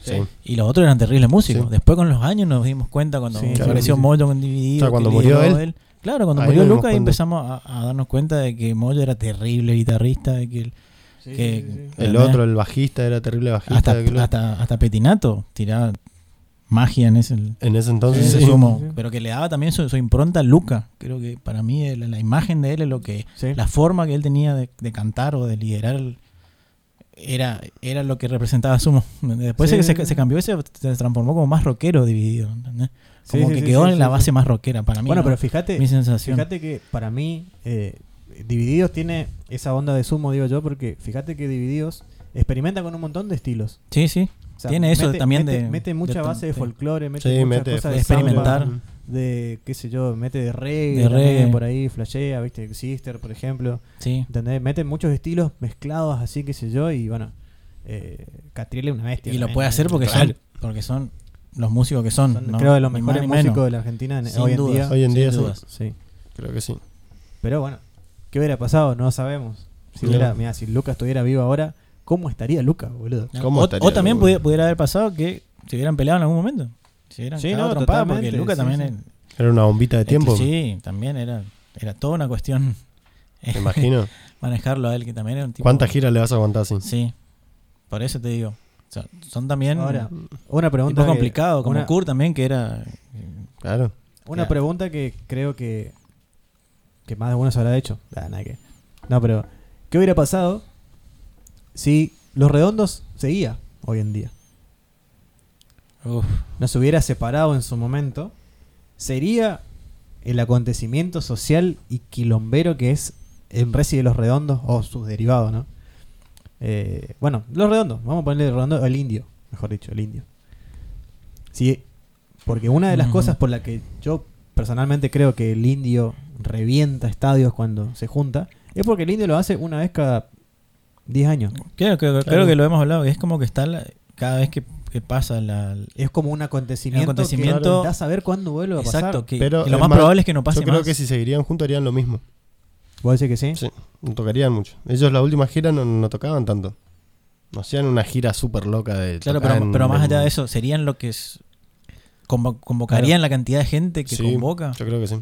B: Sí.
C: Y los otros eran terribles músicos.
B: Sí.
C: Después con los años nos dimos cuenta cuando
A: Sí,
B: claro,
C: apareció
B: sí, sí.
C: Moyo con Dividido.
B: O sea, cuando
C: que
B: murió
C: lideró
B: él.
C: Claro, cuando
B: Ahí
C: murió
B: nos dimos
C: Luca ahí
B: cuenta.
C: empezamos a, a darnos cuenta de que Moyo era terrible guitarrista, de que el- Que- sí, sí.
B: El
C: ¿Entendés?
B: otro, el bajista, era terrible bajista.
C: hasta,
B: aquel-
C: hasta, hasta Petinato tiraba magia en ese, en
B: En ese
C: ese
B: entonces.
A: Sí,
B: sí.
C: Sumo.
A: sí, sí.
C: Pero que le daba también su, su impronta a Luca. Creo que para mí el- la imagen de él es lo que...
A: Sí.
C: La forma que él tenía de, de cantar o de liderar era, era lo que representaba a Sumo. Después
A: Sí,
C: se,
A: sí,
C: se-
A: sí.
C: se cambió y se, se transformó como más rockero dividido. ¿entendés?
A: Sí,
C: Como
A: sí,
C: que
A: sí,
C: quedó
A: sí,
C: en la
A: sí,
C: base
A: sí.
C: más rockera para mí.
A: Bueno,
C: ¿no?
A: pero fíjate.
C: mi sensación.
A: Fíjate que para mí, eh, Divididos tiene esa onda de Sumo, digo yo, porque fíjate que Divididos experimenta con un montón de estilos.
C: sí, sí.
A: O sea,
C: Tiene eso también
A: mete-
C: de-
A: Mete mucha
C: de-
A: base de
C: sí.
A: folclore, mete
B: Sí,
A: muchas
B: mete
A: cosas
C: de
A: de samba,
C: experimentar.
A: de qué sé yo, mete de reggae,
C: De
A: también
C: reggae.
A: por ahí, flashea, viste, Sister, por ejemplo.
C: Sí.
A: ¿Entendés? Meten muchos estilos mezclados así, qué sé yo, y bueno, eh, Catriel es una bestia.
C: Y lo
A: también,
C: puede
A: ¿no?
C: hacer porque
B: Claro.
C: son, porque son los músicos que son.
A: Son,
C: Mm, ¿no?
A: creo de los
C: Ni
A: mejores
C: más ni menos.
A: músicos de la Argentina en-
C: Sin
A: hoy en
C: dudas.
A: día.
B: Hoy en
C: Sin
B: día sí.
C: dudas.
A: Sí.
B: Creo que sí.
A: Pero bueno, ¿qué hubiera pasado? No sabemos. Si,
B: No.
A: hubiera- mirá, si Lucas estuviera vivo ahora, ¿cómo estaría Lucas, boludo?
C: No,
B: ¿Cómo
C: o,
B: estaría,
C: o también
B: boludo?
C: pudi- pudiera haber pasado que se hubieran peleado en algún momento. Se hubieran
A: Sí,
C: cagado
A: no,
C: a trompadas,
A: totalmente,
C: porque Luca
A: sí,
C: también
A: sí.
C: en-
B: Era una bombita de tiempo.
C: Este, Sí, también era, era toda una cuestión
B: Me imagino.
C: [laughs] manejarlo a él, que también era un tipo.
B: ¿Cuántas giras le vas a aguantar así?
C: Sí, por eso te digo. O sea, son también
A: Ahora, una
C: tipos
A: pregunta. que-
C: complicados, como
A: una-
C: Kurt también, que era.
B: Claro.
A: Una
C: Claro.
A: pregunta que creo que, que más de uno se habrá hecho. Ah, nada que- No, pero ¿qué hubiera pasado si Los Redondos seguía hoy en día?
C: Uf,
A: Nos hubiera separado en su momento. ¿Sería el acontecimiento social y quilombero que es en Resi de Los Redondos o sus derivados, no? Eh, bueno, Los Redondos. Vamos a ponerle Redondos el indio, mejor dicho, el indio. Sí, porque una de las
C: Ujú.
A: cosas por la que yo personalmente creo que el indio revienta estadios cuando se junta es porque el indio lo hace una vez cada 10 años.
C: creo, creo- creo
B: Claro.
C: que lo hemos hablado, que es como que está la- cada vez que, que pasa la.
A: Es como un acontecimiento, que
C: acontecimiento-
A: da a saber cuándo vuelve a pasar.
C: Exacto, que,
B: Pero
C: que lo
B: es
C: más
B: más,
C: probable es que no pase
B: Yo creo
C: más.
B: que si seguirían juntos harían lo mismo.
A: ¿Vos decís que sí?
B: Sí. No tocarían mucho. Ellos la última gira no, no tocaban tanto. No hacían una gira súper loca de.
C: Claro,
B: tocar
C: pero,
B: en-
C: pero más allá de
B: en-
C: eso, serían lo que es- convo- convocarían la cantidad de gente que
B: Sí,
C: convoca.
B: Yo creo que sí.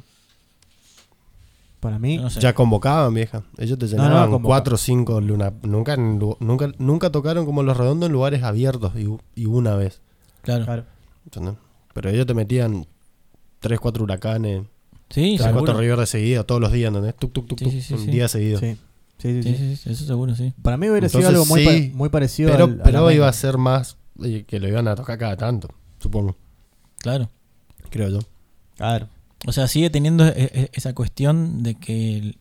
A: Para mí,
C: No sé.
B: Ya convocaban, vieja. Ellos te
A: no,
B: llenaban
A: convocaban.
B: cuatro o cinco luna. Nunca, en lu- nunca, nunca tocaron como los redondos en lugares abiertos y, u- y una vez.
C: claro.
A: claro.
B: ¿entendés? Pero ellos te metían tres, cuatro huracanes,
C: Sí,
B: tres,
C: seguro.
B: cuatro River de seguida, todos los días, ¿entendés? Tuk, tuk, tuk,
C: Sí,
B: tuk,
C: sí, sí,
B: un
C: sí.
B: día seguido.
A: Sí. Sí, sí,
C: Sí,
A: sí.
C: sí, sí, eso seguro, sí.
A: Para mí hubiera sido
B: Entonces,
A: algo muy,
B: sí,
A: pa- muy parecido
B: Pero,
A: al- al
B: pero
A: arranque.
B: iba a ser más eh, que lo iban a tocar cada tanto, supongo.
C: Claro.
B: Creo yo.
A: Claro.
C: O sea, sigue teniendo e- e- esa cuestión de que el-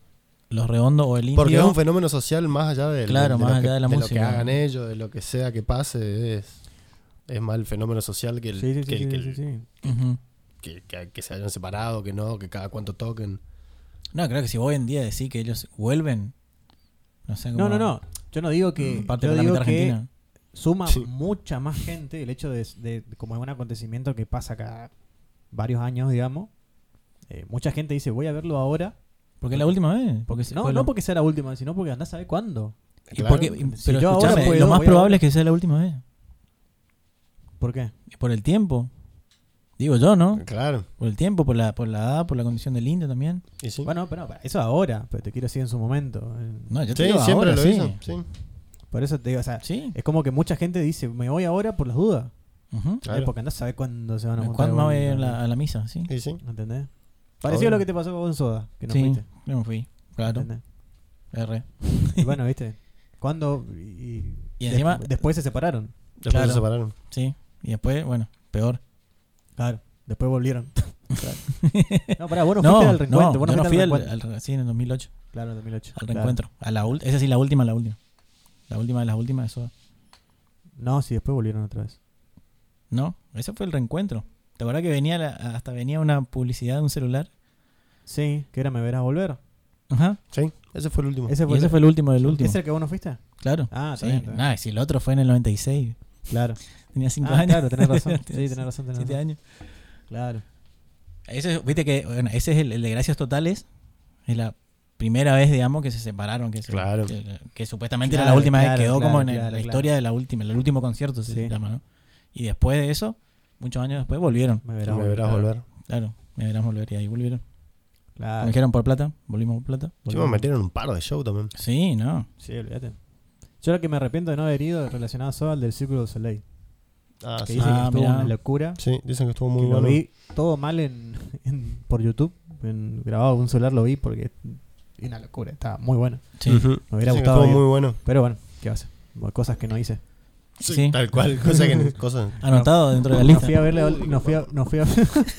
C: los redondos o el indio.
B: Porque es un fenómeno social más allá del-
C: Claro,
B: de,
C: más
B: lo
C: allá
B: que,
C: de la
B: lo que
C: música.
B: hagan ellos, de lo que sea que pase. Es, es más el fenómeno social que el-
A: Sí, sí, sí,
B: que el-
A: sí,
B: que
A: sí,
B: el-
A: sí.
C: Ujú.
B: que- que- que se hayan separado, que no, que cada cuanto toquen.
C: No, creo que si hoy en día decís que ellos vuelven. No sé
A: No, no,
C: como
A: no. Yo no digo que.
C: Mm, Parte
A: yo
C: de la
A: digo
C: mitad
A: que
C: argentina.
A: suma
B: Sí.
A: mucha más gente el hecho de, de- de- como es un acontecimiento que pasa cada varios años, digamos. eh, mucha gente dice, voy a verlo ahora.
C: Porque es la última vez. Porque se-
A: no,
C: fue
A: no
C: lo-
A: porque sea la última, sino porque andás a saber cuándo.
C: y
B: Claro.
C: porque- y-
A: Si
C: pero
A: yo ahora
C: escuchame,
A: puedo,
C: lo más
A: voy a-
C: probable es que sea la última vez.
A: ¿Por qué?
C: Por el tiempo. Digo yo, ¿no?
B: Claro.
C: Por el tiempo, por la, por la edad, por la condición del indio también.
B: Y sí.
A: Bueno, pero no, eso ahora, pero te quiero decir en su momento. eh,
C: No, yo te
B: Sí,
C: digo
B: siempre
C: ahora,
B: lo
C: sí.
B: hizo. sí.
A: Por eso te digo, o sea,
C: Sí.
A: es como que mucha gente dice, me voy ahora por las dudas.
C: Ujú.
B: Claro.
A: Eh, Porque andás a saber cuándo se van a juntar.
C: ¿Cuándo
A: de
C: más voy a
A: vuelta,
C: ir a
A: ¿no?
C: la, a la misa? Sí.
B: Y sí.
A: ¿Entendés? Parecido a
B: Obvio.
A: lo que te pasó con Soda, que no
C: sí,
A: fuiste.
C: yo me fui. Claro,
A: ¿entendés?
C: R.
A: Y bueno, ¿viste? Cuando y,
C: Y encima-
A: des- después se separaron.
B: Después
C: Claro.
B: se separaron.
C: Sí. Y después, bueno, peor.
A: Claro. Después volvieron.
C: [laughs]
A: Claro. No, pará, vos no,
C: No,
A: fuiste al
C: no,
A: reencuentro. vos
C: yo no
A: fuiste
C: fui
A: al
C: al,
A: reencuentro.
C: al- sí, en el 2008.
A: claro, en 2008.
C: Al
A: claro.
C: reencuentro. A la ul- esa sí, la última, la última. La última de las últimas de Soda.
A: No, sí, después volvieron otra vez.
C: No, ese fue el reencuentro. ¿Te acuerdas que venía la- hasta venía una publicidad de un celular?
A: Sí, que era Me Verás Volver.
C: Ajá.
B: Sí, ese fue el último.
A: Ese
C: Y
A: fue,
C: ese fue el último del último.
A: ¿Es el que vos no fuiste?
C: Claro.
A: Ah, está
C: sí.
A: bien, está bien.
C: Nah, si el otro fue en el 96.
A: Claro.
C: Tenía 5
A: Ah,
C: años.
A: claro, tenés
C: [laughs]
A: razón. Sí, tenés razón, tenés
C: 7
A: razón.
C: años.
A: Claro.
C: Ese, es- viste que, bueno, ese es el, el de Gracias Totales. Es la primera vez, digamos, que se separaron. Que, se-
B: Claro.
C: que, que supuestamente era
A: Claro,
C: la última vez.
A: claro,
C: Quedó
A: claro,
C: como en el-
A: claro,
C: la
A: claro.
C: historia de la última, el último concierto se
A: Sí.
C: llama, ¿no? Y después de eso, muchos años después volvieron.
A: Me
B: Me
A: Verás
B: verás
A: Volver.
B: volver.
C: Claro, me verás volver y ahí volvieron. Me
A: Claro.
C: dijeron por plata, volvimos por plata.
B: Sí, me metieron un par de show también.
C: Sí, no.
A: Sí, olvídate. Yo lo que me arrepiento de no haber ido relacionado a Soda al del Círculo de Soleil.
B: Ah,
A: Que
B: sí.
A: dice que
C: Ah,
A: estuvo
C: mirá.
A: una locura.
B: Sí, dicen que estuvo muy
A: que
B: bueno.
A: Lo vi todo mal en, [laughs] en- por YouTube. En, grabado con un celular lo vi porque es una locura. Estaba muy bueno.
C: Sí.
B: Ujú.
A: Me hubiera
B: Dicen que
A: gustado ir.
B: Estuvo muy bueno.
A: Pero bueno, ¿qué va a hacer? Bueno, Cosas que no hice.
C: Sí,
B: Tal cual. Cosa
C: [laughs]
B: que, cosa-
C: Anotado dentro de la
A: No
C: lista.
A: fui a verle. al- No fui a, no fui a-
C: [laughs]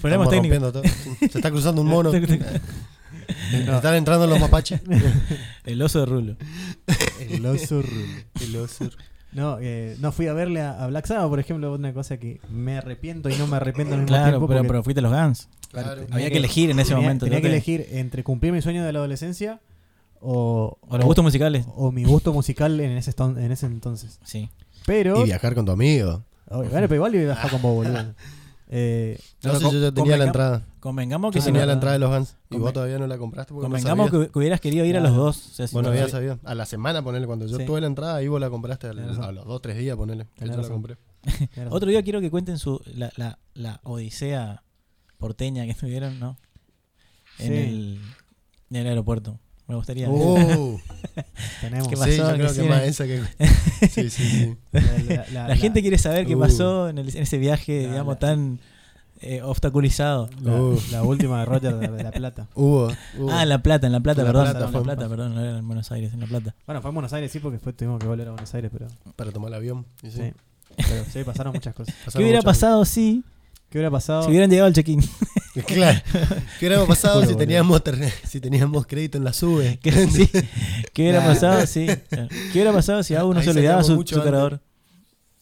C: Problemas
B: estamos
C: técnicos.
B: rompiendo todo. Se está cruzando un
C: [laughs]
B: mono.
A: No.
B: Están entrando los mapaches.
C: El oso de Rulo.
A: El oso rulo. No, eh, no fui a verle a, a Black Sabbath, por ejemplo. Una cosa que me arrepiento y no me arrepiento al mismo
C: Claro,
A: tiempo.
C: pero,
A: porque
C: pero fuiste a los Guns.
B: Claro.
A: tenía
C: Había que elegir en ese
A: tenía-
C: momento.
A: Tenía
C: ¿no?
A: que elegir entre cumplir mi sueño de la adolescencia o,
C: O los gustos musicales.
A: o mi gusto musical en ese, eston- en ese entonces.
C: Sí.
A: Pero
B: Y viajar con tu amigo.
A: Ay, bueno, pero igual iba a bajar con vos,
B: [laughs]
A: boludo. Eh,
B: No,
C: Pero
B: sé,
C: con-
B: yo ya tenía
C: convenga-
B: la entrada.
C: Convengamos que
B: Yo
A: Ah,
C: si
B: tenía
C: no-
B: la entrada de los Guns. Y
C: Conven-
B: vos todavía no la compraste porque no
C: Convengamos
B: sabías.
C: que hubieras querido ir a los
A: Claro.
C: dos. O sea, si
B: Vos no
C: no
B: habías
C: sabías-
B: sabido. A la semana, ponele. Cuando yo
A: Sí.
B: tuve la entrada, ahí vos la compraste al-
A: Tenés razón.
B: a los dos, tres días, ponele. Que
A: Tenés
B: yo la
A: razón.
B: compré.
A: Tenés razón.
C: Otro día quiero que cuenten su, la, la, la odisea porteña que [laughs] tuvieron, ¿no? En,
A: Sí.
C: el, en el aeropuerto. Me gustaría.
B: Oh,
A: Tenemos.
C: [laughs] ¿Qué
B: sí,
C: pasó?
B: yo
C: ¿Qué
B: creo que
C: hicieron?
B: más esa que.
C: [laughs]
B: Sí, sí, sí.
A: La,
C: la, gente quiere saber qué
B: Uh.
C: pasó en, el- en ese viaje,
A: La-
C: digamos,
A: la-
C: tan eh, obstaculizado.
A: La,
B: Uh.
A: la última de Roger de, de La
B: [laughs]
A: Plata.
B: Hubo. hubo.
C: Ah, en La Plata, en La Plata,
B: Uh. La
C: perdón.
B: Plata,
C: en
B: fue
C: La
B: en
C: Plata,
B: Paz.
C: perdón, no era en Buenos Aires, en La Plata.
A: Bueno, fue a Buenos Aires, sí, porque después tuvimos que volver a Buenos Aires, pero,
B: Para tomar el avión. Y sí,
A: Sí. pero sí, pasaron muchas cosas.
C: ¿Qué
B: pasaron
C: hubiera
B: muchas
C: pasado si,
A: ¿Qué hubiera
B: Oh.
A: pasado?
C: si hubieran llegado
B: [laughs]
C: al check-in?
B: cosas. Claro. ¿Qué hubiera pasado
A: Juro,
B: si
A: boludo.
B: teníamos, ter- si teníamos crédito en la sube?
C: ¿Qué, sí. ¿Qué hubiera
B: Nah.
C: pasado si, claro. ¿Qué hubiera
B: [laughs]
C: pasado si a uno
B: Ahí
C: se olvidaba
B: sacamos
C: su,
B: mucho
C: su
B: antes.
C: cargador?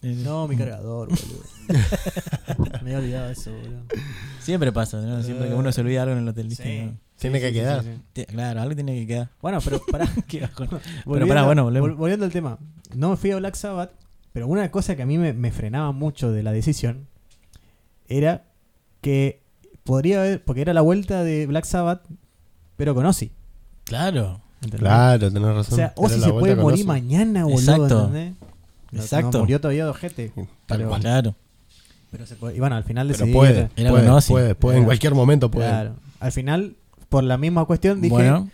C: Eh,
A: No, mi cargador,
B: [laughs]
A: boludo. Me había olvidado eso, boludo.
C: Siempre pasa, ¿no? Siempre que uno se olvida algo en el hotel, ¿viste?
A: Sí.
C: No.
B: Tiene que quedar.
C: Te- Claro, algo tiene que quedar.
A: Bueno, pero pará.
C: [laughs] Qué bajón.
A: Volviendo-
C: pará, bueno, volvemos.
A: vol- Volviendo al tema. No fui a Black Sabbath, pero una cosa que a mí me, me frenaba mucho de la decisión era que podría haber. Porque era la vuelta de Black Sabbath, pero con Ozzy.
C: Claro.
A: ¿entendés?
B: Claro, tenés
A: O
B: razón.
A: sea,
B: Era
A: Ozzy
B: la
A: se
B: vuelta
A: puede
B: con
A: morir
B: Ozzy.
A: mañana, boludo.
C: Exacto.
A: ¿entendés? No- No,
C: Exacto.
A: murió todavía de ojete.
B: Tal
A: Pero-
B: cual.
C: Claro.
A: Pero se puede- y bueno, al final
B: Pero
A: decidí.
B: puede,
C: Era
B: puede,
C: Bonosi.
B: puede, puede, en
A: Claro.
B: cualquier momento puede.
A: Claro. Al final, por la misma cuestión, dije.
C: bueno,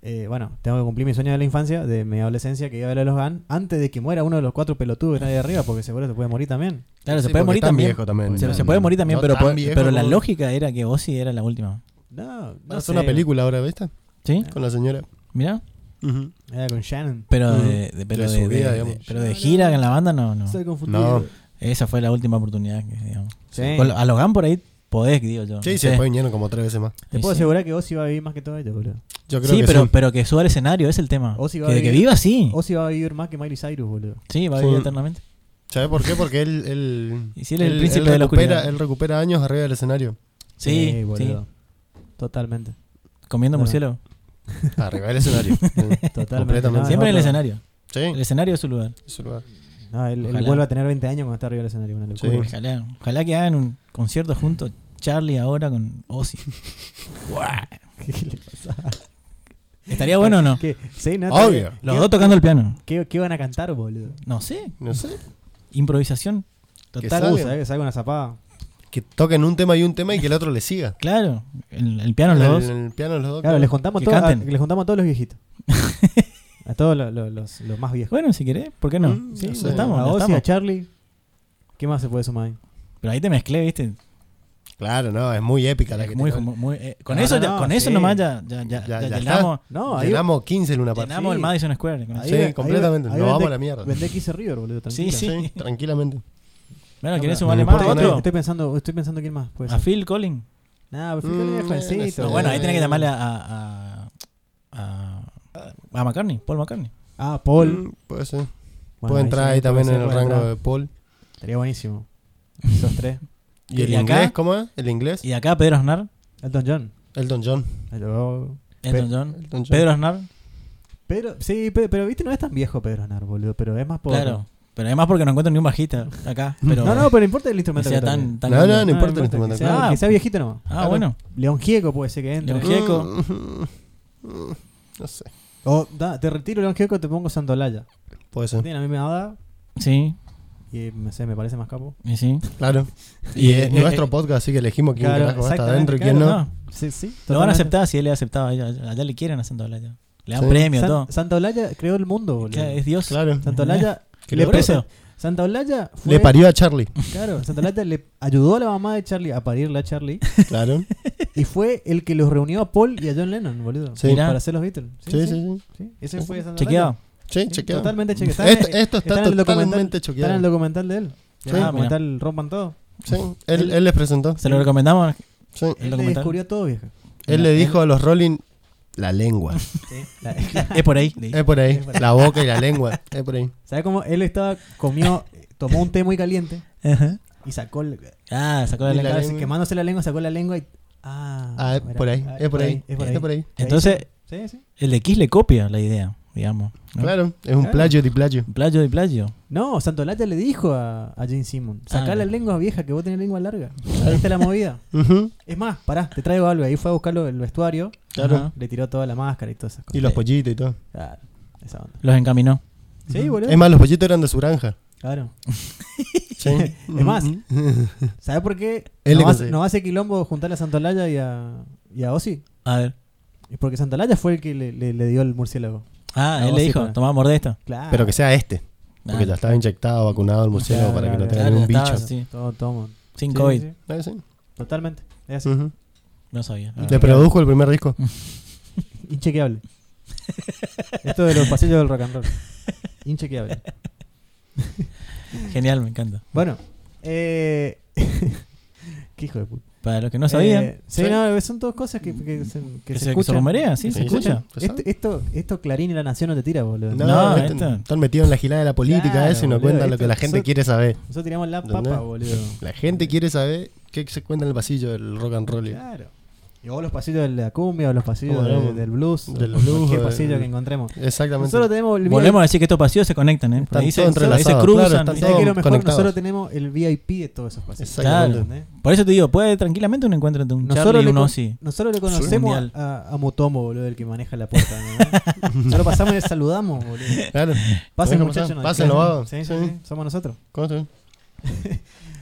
A: eh, bueno, tengo que cumplir mi sueño de la infancia, de mi adolescencia, que iba a ver a los GAN, antes de que muera uno de los cuatro pelotudos que nadie arriba, porque seguro se puede morir también.
C: claro,
B: Sí,
C: se puede
B: porque
C: morir
B: tan
C: también.
B: viejo también.
C: Se,
B: No,
C: se puede
B: no,
C: morir también,
B: no
C: pero,
B: tan
C: po-
B: viejo
C: pero la
B: como-
C: lógica era que Ozzy era la última.
A: No,
B: Van
A: no
B: a hacer
A: sé.
B: una película ahora, ¿viste?
C: ¿Sí?
B: Con la señora.
C: Mira.
B: Ujú.
A: Era Eh, con Shannon.
C: Pero
B: Ujú.
C: de, de- pero
B: De
C: de,
B: su vida,
C: de-
B: digamos.
C: de- pero de gira en la banda, no, no.
A: Estoy
B: No.
A: confundido.
C: Esa fue la última oportunidad. que, digamos.
A: Sí.
C: Con lo- A Logan por ahí podés, digo yo.
B: Sí,
C: no
B: se
C: sé.
B: después vinieron como tres veces más.
A: Te
C: Sí,
A: puedo
C: sí.
A: asegurar que Ozzy va a vivir más que todo esto, boludo.
B: Yo creo
C: Sí,
B: que
C: pero,
B: sí.
C: pero que suba al escenario, es el tema.
A: Ozzy va
C: que,
A: a
C: de que
A: vivir-
C: viva, sí.
A: Ozzy va a vivir más que Miley Cyrus, boludo.
C: Sí, va a
B: Sí.
C: vivir eternamente.
B: ¿Sabes por qué? Porque él. él
C: Y si él es el príncipe de la
B: recupera,
C: oscuridad.
B: Él recupera años arriba del escenario.
C: Sí, sí.
A: boludo. Totalmente.
C: Comiendo
A: Bueno.
C: murciélago.
B: Arriba del escenario. Sí.
A: Totalmente.
B: Completamente.
A: No,
C: Siempre en
A: otro-
C: el escenario. El
B: Sí,
C: escenario es su lugar.
B: es su lugar.
A: No, él, él
C: Ojalá.
A: vuelve a tener 20 años cuando está arriba del escenario. Una locura.
B: Sí.
C: Ojalá, ojalá que hagan un concierto juntos Charlie ahora con
B: [laughs]
C: Ozzy. Guau.
A: ¿Qué le pasa?
C: ¿Estaría bueno o no?
A: [laughs] ¿Qué? Sí, no,
B: Obvio.
A: ¿qué-
C: Los dos tocando el piano.
A: ¿Qué, qué van a cantar, boludo?
C: No sé.
B: No sé.
C: Improvisación. Total.
B: salga.
A: Uh, ¿sabés que salga una zapada?
B: Que toquen un tema y un tema y que el otro le siga.
C: Claro. El, el piano los
B: En
C: dos.
B: el- en el piano los dos.
A: Claro, les contamos,
C: Que
A: todo- a-
C: canten.
A: les contamos a todos los
C: [laughs]
A: viejitos. a todos los, los- los- los más viejos.
C: Bueno, si querés, ¿por qué no?
B: Mm,
C: sí,
B: no
C: lo
B: sé.
C: estamos,
A: a
C: lo
A: vos y
C: estamos.
A: a Charlie. ¿Qué más se puede sumar ahí?
C: Pero ahí te mezclé, ¿viste?
B: Claro, no, es muy épica la que
C: Muy,
B: te-
C: muy- muy- eh, con
A: No,
C: eso,
A: no,
C: ya-
A: no,
C: con eso
A: sí.
C: nomás ya, ya, ya,
B: Ya-
C: ya
B: ya
C: llenamos,
A: No, ahí.
B: Llenamos 15 en una partida.
C: llenamos el Madison Square. con
A: ahí-
C: eso.
B: Sí,
A: ahí-
B: completamente.
A: ahí
B: Nos vamos
A: vende-
B: a la mierda.
A: Vendé Kiss River, boludo, tranquilo.
C: Sí, sí.
B: Sí, tranquilamente.
C: Bueno, ¿querés
A: No,
C: sumarle
B: no
C: más
B: importa
C: otro?
A: Estoy pensando, estoy pensando quién más puede
C: A
A: ser.
C: Phil Collins.
A: Nah, pero Phil
B: Mm,
A: Collins es jovencito.
B: no,
C: No, bueno, ahí
B: Eh.
C: tenés que llamarle a, a, a, a, a McCartney, Paul McCartney.
A: Ah, Paul.
B: Mm, Puede ser.
A: Bueno,
B: puede entrar
A: sí,
B: ahí también
A: puede
B: en
A: ser,
B: el
A: puede
B: rango
A: entrar.
B: de Paul.
A: Estaría buenísimo. Esos tres.
B: ¿Y, el
C: ¿Y acá?
B: inglés? ¿Cómo es? ¿El inglés?
C: Y acá Pedro Aznar.
A: Elton John.
B: Elton John.
A: Hello.
C: Elton
A: Pe-
C: John.
B: Elton John.
C: Pedro Aznar.
A: Pedro, sí, pe- pero, viste, no es tan viejo Pedro Aznar, boludo, pero es más pobre.
C: Claro. Pero además porque no encuentro ni un bajista [laughs] acá. Pero
A: no, no, pero no importa el
C: que
A: instrumento
C: sea
A: que toque.
C: tan, tan
B: No,
C: grande.
B: Ah, no, no. importa el
A: que
B: instrumento que
A: sea,
C: toque.
A: que sea viejito nomás.
C: Ah,
B: Claro.
C: bueno.
A: León Gieco puede ser que entre.
C: León Gieco. Gieco.
B: Mm, mm, No sé.
A: O da, te retiro León Gieco, te pongo Santolaya.
B: Puede ser.
A: Tiene la misma edad
C: Sí,
A: y me, sé, me parece más capo.
C: y sí.
B: Claro. Y
C: Eh,
B: es
C: eh,
B: nuestro
C: eh,
B: podcast, así que elegimos quién
A: Claro,
B: carajo va a estar
A: exactamente,
B: adentro y quién
A: claro,
B: no.
A: Sí, sí.
C: Lo van a
A: totalmente.
C: aceptar si él le ha aceptado. Allá, allá le quieren a Santa Olaya. Le dan
B: Sí.
C: premio,
A: San-
C: todo.
A: Santa Olalla creó el mundo, boludo.
C: Claro, es Dios.
B: Claro.
A: Santa
C: [laughs]
A: Olalla
B: Que
A: le
B: logró
A: puso-
C: eso.
A: Santa Olalla fue,
B: Le parió
A: [laughs]
B: a Charlie.
A: claro, Santa Olalla le ayudó a la mamá de Charlie a parirle a Charlie
B: Claro.
A: y fue el que los reunió a Paul y a John Lennon, boludo,
B: Sí.
C: Mirá.
A: para hacer los Beatles.
B: Sí, sí, sí.
A: sí. Ese fue Santa
C: Chequeado.
B: Sí,
A: Sí,
B: chequeado.
A: Totalmente chequeado. Está en-
B: Esto, esto está,
A: está en el documental- Está en
B: totalmente
A: el
B: chequeado.
A: documental de él.
B: Sí.
A: el
C: Ah,
A: documental Rompan Todo.
B: Sí, Él, él les presentó.
C: Se lo recomendamos.
B: Sí.
C: El
A: Él le
C: documental.
A: descubrió todo, vieja.
B: Él le dijo a los Rolling la lengua.
A: La- [laughs]
C: Es [laughs] por ahí. le dije.
B: Es por ahí. La boca y la lengua. Es por ahí.
A: ¿Sabes cómo? Él estaba, comió, tomó un té muy caliente
C: Ajá.
A: y sacó, el-
C: Ah, sacó la
B: Y la
C: lengua.
A: estaba
B: lengua.
A: quemándose la lengua, sacó la lengua y... Ah,
B: Ah, es
A: mira,
B: por ahí.
A: ah,
B: Es por ahí.
A: Es por ahí.
B: Es por ahí.
C: Entonces,
A: Sí, sí.
C: el de Kiss le copia la idea, digamos. ¿no?
B: Claro. Es un
A: Claro.
B: plagio de plagio.
C: Playo de playo.
A: No, Santolaya le dijo a, a Gene Simon, sacá
C: Ah.
A: la lengua vieja que vos tenés lengua
B: [laughs]
A: larga. Ahí está la movida.
B: Ujú,
A: Es más, pará, te traigo algo. Ahí fue a buscarlo el vestuario,
B: Claro.
C: Ajá.
A: le tiró toda la máscara y todas esas
B: Y
A: cosas.
B: los pollitos y todo.
A: Claro, esa onda.
C: Los encaminó.
A: Sí, boludo.
B: Es más, los pollitos eran de su granja.
A: Claro. Es más, ¿Sabes por qué
B: Él le
A: no hace,
B: consigue.
A: no hace quilombo juntar a Santolaya y a, y a Ozzy?
C: A ver.
A: Es porque Santolaya fue el que le, le- le dio el murciélago.
C: Ah,
A: No,
C: él le
A: sí,
C: dijo,
A: pues.
C: tomá, mordé esta.
A: Claro.
B: Pero que sea este. Porque
C: Ah,
B: ya estaba inyectado, vacunado el murciélago
A: Claro,
B: para que no
A: claro,
B: tenga
A: claro,
B: ningún
C: estaba,
B: bicho.
C: sí,
A: Todo, todo.
C: sin
A: Sí,
C: COVID.
A: sí,
B: Ah, sí.
A: Totalmente. Es así.
B: Ujú.
C: No sabía.
B: Le produjo el primer disco.
A: Inchequeable. Esto de los pasillos del rock and roll. Inchequeable.
C: Genial, me encanta.
A: Bueno. Eh... [laughs] Qué hijo de puta.
C: Para los que no sabían,
A: Eh, sí,
B: Sí.
A: no, son todas cosas que, que se, que
C: que,
A: se
C: se, que se
A: escuchan.
C: rumorea, sí,
B: Sí,
C: se
B: sí,
C: escucha.
B: sí.
A: Este- esto, esto Clarín y la Nación no te tira, boludo.
B: No,
C: No,
B: este-
C: esto-
B: están metidos en la gilada de la política
A: Claro,
B: eso y no
A: boludo,
B: cuentan lo
A: esto-
B: que la gente
A: eso-
B: quiere saber.
A: Nosotros tiramos la
B: ¿Entendés?
A: papa, boludo.
B: La gente quiere saber qué se cuenta en el pasillo del rock and roll. y-
A: Claro. Y vos los pasillos de la cumbia o los pasillos
B: Como
A: de-
B: hablamos,
A: del blues. o
B: del blues,
A: Cualquier
B: o
A: pasillo
B: del-
A: que encontremos.
B: Exactamente.
A: Nosotros tenemos el
C: Volvemos a
A: VIP.
C: decir que estos pasillos se conectan, ¿eh? Por
B: Están
C: ahí se,
B: todos
C: por ahí se
B: entrelazados,
C: cruzan.
B: claro, están
C: ¿viste?
A: ¿Sabés qué es lo mejor?
B: conectados.
A: Nosotros tenemos el VIP de todos esos pasillos.
B: Exactamente.
A: ¿entendés?
C: Por eso te digo, puede tranquilamente uno encuentra un
A: Nosotros
C: Charlie y
A: le
C: un
A: con-
C: Ozzy.
A: Nosotros le
C: Sí.
A: conocemos
C: Mundial.
A: a, a Motomo, boludo, el que maneja la puerta. ¿no? Nosotros pasamos y le saludamos, boludo.
B: Claro.
A: Pasen,
B: Bueno,
A: muchachos. nos
B: pasen,
A: dijeron.
B: lo hago.
A: Sí, sí,
B: ah, Sí.
A: sí, somos nosotros.
B: ¿Cómo te-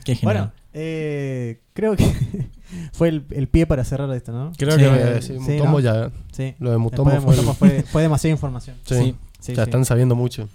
C: Qué
A: Bueno,
C: genial.
A: eh, creo que [laughs] fue el, el pie para cerrar esto, ¿no?
B: Creo
C: Sí,
B: que eh,
A: sí,
B: sí,
A: ¿no?
B: Mutombo ya.
A: Sí.
B: Lo de Mutombo
A: Después de
B: fue.
A: Motomo
B: [laughs]
A: fue, fue demasiada información.
B: sí,
C: sí,
A: Sí,
B: ya
A: sí.
B: están sabiendo mucho.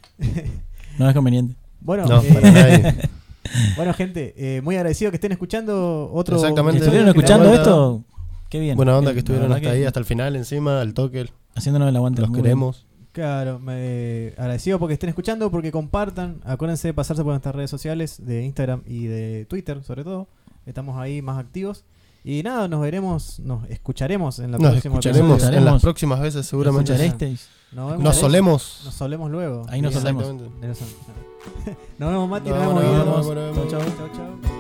C: no es conveniente.
A: Bueno,
B: No,
A: eh,
B: para nadie.
A: [laughs] bueno, gente, eh, muy agradecido que estén escuchando otro.
B: Exactamente.
C: Si estuvieron
B: Buena
C: escuchando
B: onda.
C: esto, qué bien.
B: Buena onda
C: Bien,
B: que estuvieron
C: la
B: hasta
C: verdad
B: ahí,
C: que
B: hasta el final, encima, al toque.
C: Haciéndonos el aguante.
B: Los
C: muy
B: queremos.
A: Claro, me- agradecido porque estén escuchando, porque compartan. Acuérdense de pasarse por nuestras redes sociales de Instagram y de Twitter, sobre todo. Estamos ahí más activos. Y nada, nos veremos, nos escucharemos en la
B: Nos
A: próxima
B: escucharemos
A: episodio.
B: en las
C: Escucharemos.
B: próximas veces,
C: bien.
B: seguramente.
C: Escucharéis.
A: Nos, vemos-
B: Nos
A: Nos
B: solemos.
A: solemos luego.
C: Ahí nos
A: Bien.
C: solemos.
B: Exactamente.
A: [laughs] Nos vemos, Mati. Nos
B: Nos
A: vemos,
B: vemos,
A: Guido.
B: nos vemos, nos vemos.
A: Chau, chau, chau.